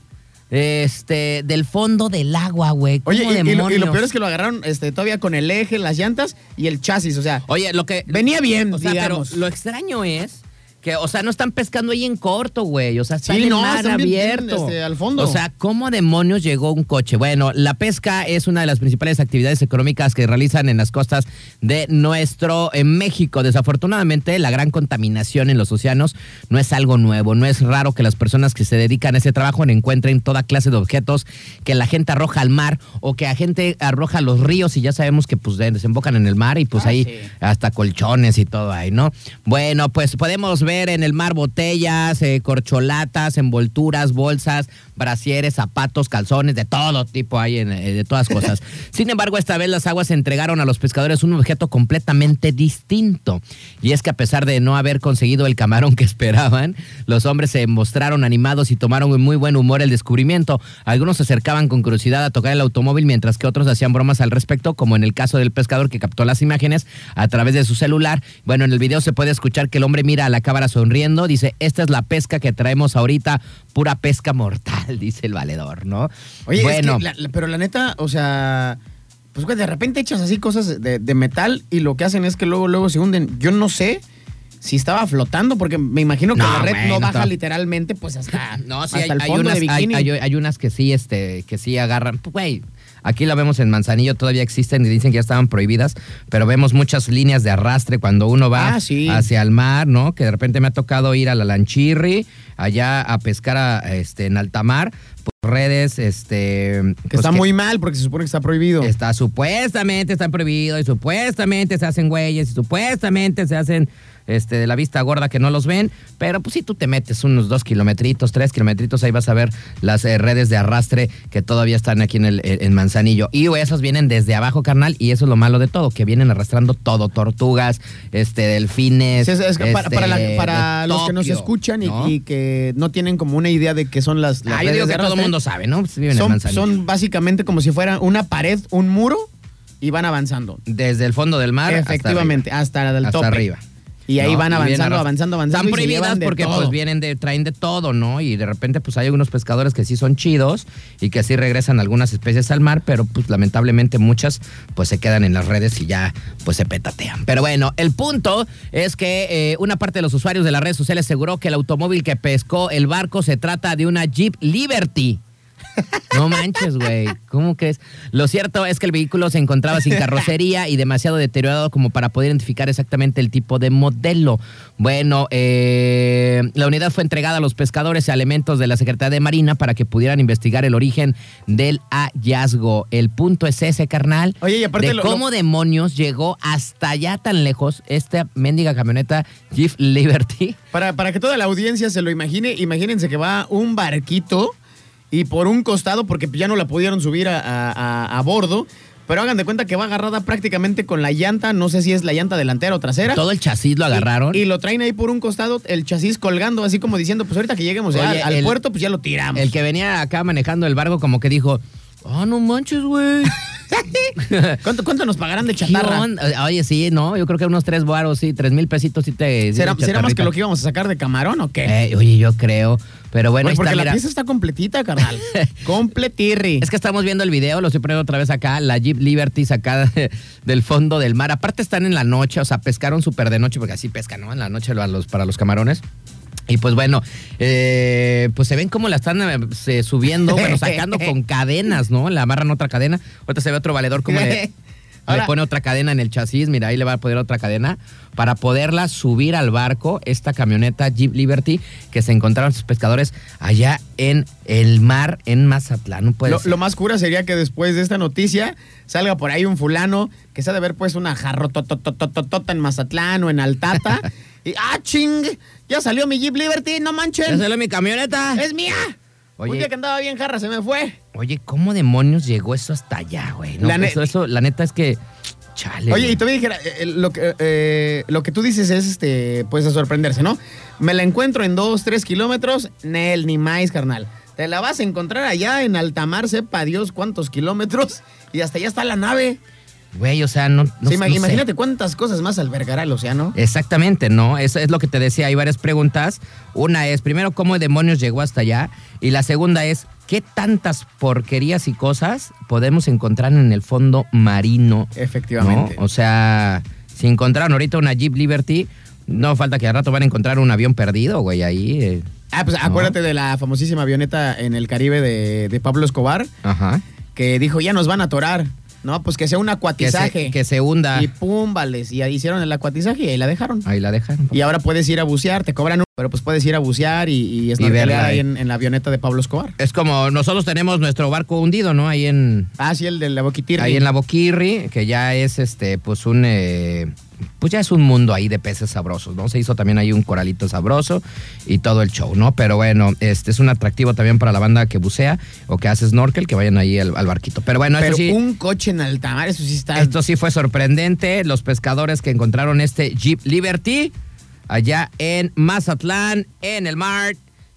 Speaker 4: este, del fondo del agua, güey. ¿Cómo
Speaker 5: Oye, y- y, lo, y lo
Speaker 4: demonios?
Speaker 5: peor es que lo agarraron este, todavía con el eje, las llantas y el chasis. O sea,
Speaker 4: Oye, lo que.
Speaker 5: Venía bien,
Speaker 4: o sea,
Speaker 5: digamos.
Speaker 4: pero lo extraño es. Que, o sea, no están pescando ahí en corto, güey. O sea, están
Speaker 5: Sí,
Speaker 4: en
Speaker 5: no,
Speaker 4: mar
Speaker 5: están bien- bien,
Speaker 4: abierto.
Speaker 5: este, al fondo.
Speaker 4: O sea, ¿cómo demonios llegó un coche? Bueno, la pesca es una de las principales actividades económicas que realizan en las costas de nuestro en México. Desafortunadamente, la gran contaminación en los océanos no es algo nuevo. No es raro que las personas que se dedican a ese trabajo encuentren toda clase de objetos que la gente arroja al mar o que la gente arroja a los ríos y ya sabemos que pues desembocan en el mar y pues
Speaker 5: Ah,
Speaker 4: ahí
Speaker 5: sí.
Speaker 4: hasta colchones y todo ahí, ¿no? Bueno, pues podemos ver en el mar botellas, eh, corcholatas, envolturas, bolsas, brasieres, zapatos, calzones, de todo tipo hay, en, eh, de todas cosas. Sin embargo, esta vez las aguas entregaron a los pescadores un objeto completamente distinto. Y es que a pesar de no haber conseguido el camarón que esperaban, los hombres se mostraron animados y tomaron en muy buen humor el descubrimiento. Algunos se acercaban con curiosidad a tocar el automóvil, mientras que otros hacían bromas al respecto, como en el caso del pescador que captó las imágenes a través de su celular. Bueno, en el video se puede escuchar que el hombre mira a la cámara sonriendo, dice, esta es la pesca que traemos ahorita, pura pesca mortal, dice el valedor, ¿no?
Speaker 5: Oye, es
Speaker 4: bueno,
Speaker 5: que la- la- pero la neta, o sea, pues güey, de repente echas así cosas de, de metal y lo que hacen es que luego, luego se hunden. Yo no sé si estaba flotando, porque me imagino que
Speaker 4: No,
Speaker 5: la red
Speaker 4: güey,
Speaker 5: no
Speaker 4: no
Speaker 5: baja
Speaker 4: estaba-
Speaker 5: literalmente, pues hasta,
Speaker 4: No, sí,
Speaker 5: hasta
Speaker 4: hay,
Speaker 5: el
Speaker 4: hay
Speaker 5: fondo
Speaker 4: unas,
Speaker 5: de
Speaker 4: hay,
Speaker 5: bikini.
Speaker 4: hay- hay unas que sí, este, que sí agarran. Pues, Güey, aquí la vemos en Manzanillo, todavía existen y dicen que ya estaban prohibidas, pero vemos muchas líneas de arrastre cuando uno va
Speaker 5: Ah, sí.
Speaker 4: hacia el mar, ¿no? Que de repente me ha tocado ir a la Lanchirri, allá a pescar a, este, en alta mar, por redes, este...
Speaker 5: que
Speaker 4: pues,
Speaker 5: está muy mal porque se supone que está prohibido.
Speaker 4: Está supuestamente está prohibido y supuestamente se hacen güeyes y supuestamente se hacen este, de la vista gorda que no los ven. Pero pues si tú te metes unos dos kilometritos, tres kilometritos, ahí vas a ver las eh, redes de arrastre que todavía están aquí en, el, en Manzanillo. Y esos vienen desde abajo, carnal, y eso es lo malo de todo, que vienen arrastrando todo, tortugas, este, delfines.
Speaker 5: Sí, es- es que para
Speaker 4: este,
Speaker 5: para la- para
Speaker 4: de
Speaker 5: los que nos
Speaker 4: Tokio,
Speaker 5: escuchan y,
Speaker 4: ¿no?
Speaker 5: y que no tienen como una idea de qué son las, las
Speaker 4: Ah, yo
Speaker 5: redes
Speaker 4: digo
Speaker 5: de
Speaker 4: que todo el
Speaker 5: arrastre,
Speaker 4: mundo sabe, ¿no? Pues, viven en
Speaker 5: son,
Speaker 4: Manzanillo.
Speaker 5: son básicamente como si fuera una pared, un muro y van avanzando.
Speaker 4: desde el fondo del mar. Ah, hasta arriba.
Speaker 5: Efectivamente, hasta, el
Speaker 4: hasta
Speaker 5: tope.
Speaker 4: arriba.
Speaker 5: Y ahí
Speaker 4: ¿no?
Speaker 5: van
Speaker 4: vienen
Speaker 5: avanzando,
Speaker 4: arras-
Speaker 5: avanzando, avanzando.
Speaker 4: Están
Speaker 5: y se llevan
Speaker 4: prohibidas
Speaker 5: de
Speaker 4: porque
Speaker 5: todo.
Speaker 4: pues vienen de, traen de todo, ¿no? Y de repente pues hay algunos pescadores que sí son chidos y que sí regresan algunas especies al mar, pero pues lamentablemente muchas pues se quedan en las redes y ya pues se petatean. Pero bueno, el punto es que eh, una parte de los usuarios de las redes sociales aseguró que el automóvil que pescó el barco se trata de una Jeep Liberty. No manches, güey. ¿Cómo crees? Lo cierto es que el vehículo se encontraba sin carrocería y demasiado deteriorado como para poder identificar exactamente el tipo de modelo. Bueno, eh, la unidad fue entregada a los pescadores y elementos de la Secretaría de Marina para que pudieran investigar el origen del hallazgo. El punto es ese, carnal.
Speaker 5: Oye, y aparte
Speaker 4: de
Speaker 5: lo-
Speaker 4: cómo
Speaker 5: lo-
Speaker 4: demonios llegó hasta allá tan lejos esta mendiga camioneta Jeep Liberty.
Speaker 5: Para, para que toda la audiencia se lo imagine, imagínense que va un barquito y por un costado, porque ya no la pudieron subir a, a- a- a bordo, pero hagan de cuenta que va agarrada prácticamente con la llanta, no sé si es la llanta delantera o trasera.
Speaker 4: Todo el chasis lo agarraron.
Speaker 5: Y, y lo traen ahí por un costado, el chasis colgando, así como diciendo, pues ahorita que lleguemos ya
Speaker 4: Oye,
Speaker 5: al
Speaker 4: el-
Speaker 5: puerto, pues ya lo tiramos.
Speaker 4: El que venía acá manejando el barco como que dijo, oh, no manches, güey.
Speaker 5: ¿Cuánto, cuánto nos pagarán de
Speaker 4: ¿Qué
Speaker 5: chatarra?
Speaker 4: onda? eh, Oye, sí, no, yo creo que unos tres baros, sí, tres mil pesitos sí te... sí,
Speaker 5: ¿Será, será más que
Speaker 4: chatarrita.
Speaker 5: lo que íbamos a sacar de camarón o qué?
Speaker 4: Eh, oye, yo creo, pero bueno, ahí
Speaker 5: Güey,
Speaker 4: está,
Speaker 5: porque la
Speaker 4: mira.
Speaker 5: pieza está completita, carnal. Completirri.
Speaker 4: Es que estamos viendo el video, lo estoy poniendo otra vez acá, la Jeep Liberty sacada de- del fondo del mar. Aparte están en la noche, o sea, pescaron súper de noche, porque así pescan, ¿no? En la noche lo- a los- para los camarones. Y pues bueno, eh, pues se ven cómo la están eh, se- subiendo, bueno, sacando con cadenas, ¿no? La amarran otra cadena. Ahorita se ve otro valedor como le,
Speaker 5: Ahora-
Speaker 4: le pone otra cadena en el chasis, mira, ahí le va a poner otra cadena para poderla subir al barco, esta camioneta Jeep Liberty que se encontraron sus pescadores allá en el mar, en Mazatlán. No puede
Speaker 5: lo,
Speaker 4: ser.
Speaker 5: lo más cura sería que después de esta noticia salga por ahí un fulano que se ha de ver pues una jarrotototototota en Mazatlán o en Altata. y ¡ah, ching! Ya salió mi Jeep Liberty, no
Speaker 4: ¡Ya
Speaker 5: manchen.
Speaker 4: salió mi camioneta!
Speaker 5: ¡Es mía!
Speaker 4: Oye.
Speaker 5: Un día que andaba bien jarra se me fue.
Speaker 4: Oye, ¿cómo demonios llegó eso hasta allá, güey? No,
Speaker 5: La ne-
Speaker 4: eso, eso, la neta es que. Chale.
Speaker 5: Oye,
Speaker 4: güey.
Speaker 5: y todavía dijera, eh, eh, lo, que, eh, lo que tú dices es, este, pues, a sorprenderse, ¿no? Me la encuentro en dos, tres kilómetros, Nel, ni más, carnal. Te la vas a encontrar allá en Altamar, sepa Dios cuántos kilómetros, y hasta allá está la nave.
Speaker 4: Güey, o sea, no. no-
Speaker 5: Sí,
Speaker 4: no
Speaker 5: ima-
Speaker 4: sé. Eh,
Speaker 5: imagínate cuántas cosas más albergará el océano.
Speaker 4: Exactamente, ¿no? Eso es lo que te decía. Hay varias preguntas. Una es, primero, ¿cómo demonios llegó hasta allá? Y la segunda es, ¿qué tantas porquerías y cosas podemos encontrar en el fondo marino?
Speaker 5: Efectivamente.
Speaker 4: ¿no? O sea, si encontraron ahorita una Jeep Liberty, no falta que al rato van a encontrar un avión perdido, güey, ahí. eh.
Speaker 5: Ah, pues
Speaker 4: No.
Speaker 5: acuérdate de la famosísima avioneta en el Caribe de, de Pablo Escobar,
Speaker 4: Ajá.
Speaker 5: que dijo, ya nos van a atorar. No, pues que sea un
Speaker 4: Que
Speaker 5: acuatizaje.
Speaker 4: se, que se hunda.
Speaker 5: Y pum, vales. Y ahí hicieron el acuatizaje y ahí la dejaron.
Speaker 4: Ahí la dejan.
Speaker 5: Y ahora puedes ir a bucear, te cobran un... Pero pues puedes ir a bucear y, y snorkelear
Speaker 4: verla
Speaker 5: ahí
Speaker 4: ahí.
Speaker 5: en, en la avioneta de Pablo Escobar.
Speaker 4: Es como nosotros tenemos nuestro barco hundido, ¿no? Ahí en,
Speaker 5: Ah, sí, el de la boquitirri.
Speaker 4: ahí en la Boquirri, que ya es este, pues un eh, pues ya es un mundo ahí de peces sabrosos, ¿no? Se hizo también ahí un coralito sabroso y todo el show, ¿no? Pero bueno, este es un atractivo también para la banda que bucea o que hace snorkel, que vayan ahí al, al barquito. Pero bueno,
Speaker 5: Pero
Speaker 4: eso sí,
Speaker 5: un coche en alta mar, eso sí está.
Speaker 4: esto sí fue sorprendente. Los pescadores que encontraron este Jeep Liberty allá en Mazatlán, en el mar.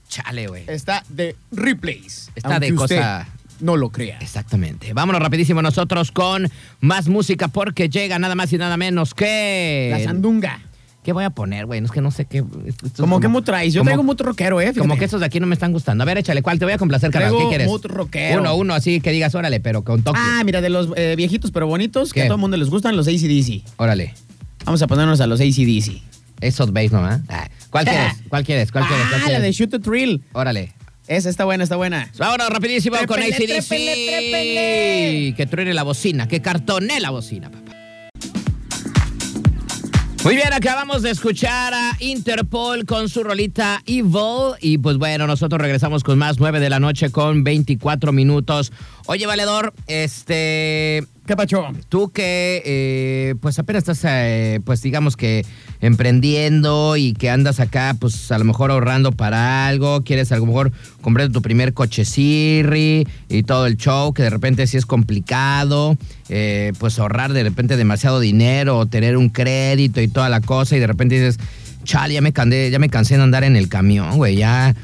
Speaker 4: Chale, güey.
Speaker 5: Está de replays.
Speaker 4: Está de
Speaker 5: aunque usted
Speaker 4: cosa-
Speaker 5: No lo crea.
Speaker 4: Exactamente. Vámonos rapidísimo nosotros con más música porque llega nada más y nada menos que...
Speaker 5: La sandunga.
Speaker 4: ¿Qué voy a poner, güey? No es que no sé qué. esto es
Speaker 5: Como que mood traes. Yo
Speaker 4: como-
Speaker 5: traigo mood rockero, ¿eh?
Speaker 4: Como que
Speaker 5: eso.
Speaker 4: estos de aquí no me están gustando. A ver, échale, ¿cuál? Te voy a complacer, carnal. ¿Qué
Speaker 5: Traigo
Speaker 4: quieres?
Speaker 5: mood rockero.
Speaker 4: Uno, uno, así que digas, órale, pero con toque.
Speaker 5: Ah, mira, de los eh, viejitos pero bonitos que
Speaker 4: ¿Qué?
Speaker 5: a todo el mundo les gustan, los ACDC.
Speaker 4: Órale.
Speaker 5: Vamos a ponernos a los ACDC.
Speaker 4: Esos bass nomás. Ah, ¿Cuál quieres? ¿Cuál quieres? ¿Cuál quieres?
Speaker 5: Ah,
Speaker 4: ¿Cuál
Speaker 5: la
Speaker 4: quieres?
Speaker 5: de Shoot the Thrill.
Speaker 4: Órale.
Speaker 5: Esa está buena, está buena.
Speaker 4: Vámonos rapidísimo con
Speaker 5: Trépele,
Speaker 4: ACDC.
Speaker 5: trépele, trépele.
Speaker 4: Que truene la bocina, que cartone la bocina, papá. Muy bien, acabamos de escuchar a Interpol con su rolita Evil. Y pues bueno, nosotros regresamos con más 9 de la noche con 24 minutos. Oye, Valedor, este.
Speaker 5: ¿Qué pacho?
Speaker 4: Tú que, eh, pues apenas estás, eh, pues digamos que emprendiendo y que andas acá, pues a lo mejor ahorrando para algo, quieres a lo mejor comprar tu primer coche Sirri y todo el show, que de repente sí es complicado, eh, pues ahorrar de repente demasiado dinero o tener un crédito y toda la cosa y de repente dices, chale, ya me, candé, ya me cansé de andar en el camión, güey, ya...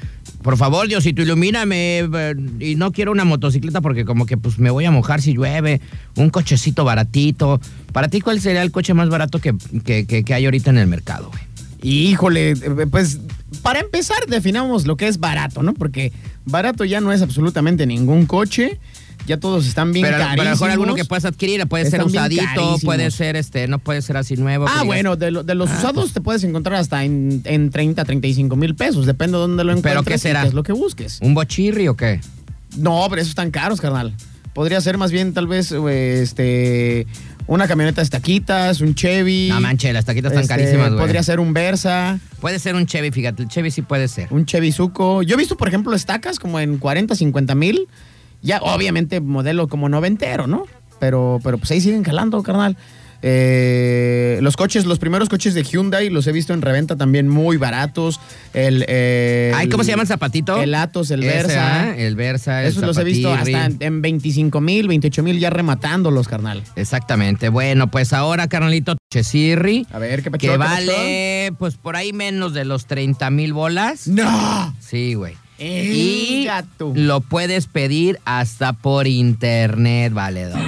Speaker 4: Por favor, Diosito, ilumíname. eh, Y no quiero una motocicleta porque como que pues me voy a mojar si llueve. Un cochecito baratito. Para ti, ¿cuál sería el coche más barato que, que- que- que hay ahorita en el mercado, güey?
Speaker 5: Híjole, eh, pues para empezar definamos lo que es barato, ¿no? Porque barato ya no es absolutamente ningún coche. Ya todos están bien
Speaker 4: Pero, pero a
Speaker 5: carísimos.
Speaker 4: lo mejor alguno que puedas adquirir, puede ser
Speaker 5: Están bien
Speaker 4: usadito,
Speaker 5: carísimos.
Speaker 4: puede ser este, no puede ser así nuevo. que
Speaker 5: Ah,
Speaker 4: digas,
Speaker 5: bueno, de, lo- de los
Speaker 4: pues.
Speaker 5: usados te puedes encontrar hasta en, en 30, 35 mil pesos. Depende de dónde lo
Speaker 4: ¿Pero
Speaker 5: encuentres
Speaker 4: qué
Speaker 5: y
Speaker 4: será?
Speaker 5: qué es lo que busques.
Speaker 4: ¿Un bochirri o qué?
Speaker 5: No, pero esos están caros, carnal. Podría ser más bien, tal vez, eh, este, una camioneta de estaquitas, un Chevy.
Speaker 4: No manches, las taquitas están
Speaker 5: Este,
Speaker 4: carísimas, güey.
Speaker 5: Podría ser un Versa,
Speaker 4: Puede ser un Chevy, fíjate, el Chevy sí puede ser.
Speaker 5: un Chevy Suco. Yo he visto, por ejemplo, estacas como en 40, 50 mil. Ya, obviamente, modelo como noventero, ¿no? Pero, pero pues ahí siguen calando, carnal. Eh, los coches, los primeros coches de Hyundai los he visto en reventa también muy baratos. El, eh,
Speaker 4: Ay, ¿cómo se llama el zapatito?
Speaker 5: El Atos, el
Speaker 4: Ese,
Speaker 5: Versa.
Speaker 4: ¿ah? El Versa, el
Speaker 5: Esos los he visto
Speaker 4: zapatirri.
Speaker 5: hasta en, 25 mil, 28 mil ya rematándolos, carnal.
Speaker 4: Exactamente. Bueno, pues ahora, carnalito, Chesirri.
Speaker 5: A ver, ¿qué pacho?
Speaker 4: Que
Speaker 5: ¿Qué
Speaker 4: vale, pues por ahí menos de los 30 mil bolas.
Speaker 5: pacho? ¡No!
Speaker 4: Sí, güey.
Speaker 5: Eh,
Speaker 4: Y
Speaker 5: gato.
Speaker 4: lo puedes pedir hasta por internet, valedor.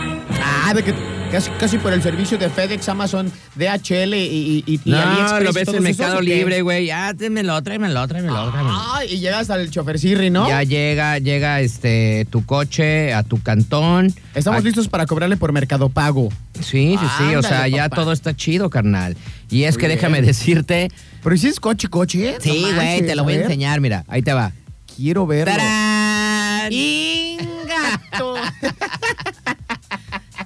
Speaker 5: Ah, de que casi, casi por el servicio de FedEx, Amazon, DHL y, y, y- y
Speaker 4: No,
Speaker 5: AliExpress
Speaker 4: lo
Speaker 5: y
Speaker 4: ves
Speaker 5: todos
Speaker 4: en
Speaker 5: esos,
Speaker 4: Mercado
Speaker 5: ¿o qué?
Speaker 4: Libre, güey. Ya, tráemelo, tráemelo, tráemelo, tráemelo.
Speaker 5: Ah, y llegas al chofercirri, ¿no?
Speaker 4: Ya llega, llega este, tu coche a tu cantón.
Speaker 5: Estamos
Speaker 4: Aquí-
Speaker 5: listos para cobrarle por Mercado Pago.
Speaker 4: Sí, sí, sí. o sea,
Speaker 5: Ándale,
Speaker 4: ya
Speaker 5: papá.
Speaker 4: todo está chido, carnal. Y es
Speaker 5: Muy
Speaker 4: que
Speaker 5: bien.
Speaker 4: déjame decirte.
Speaker 5: Pero si es coche, coche. ¿eh? No
Speaker 4: Sí, güey,
Speaker 5: manches,
Speaker 4: te lo voy a
Speaker 5: ver,
Speaker 4: enseñar, mira. Ahí te va.
Speaker 5: Quiero verlo.
Speaker 4: ¡Tarán!
Speaker 5: ¡Ingato!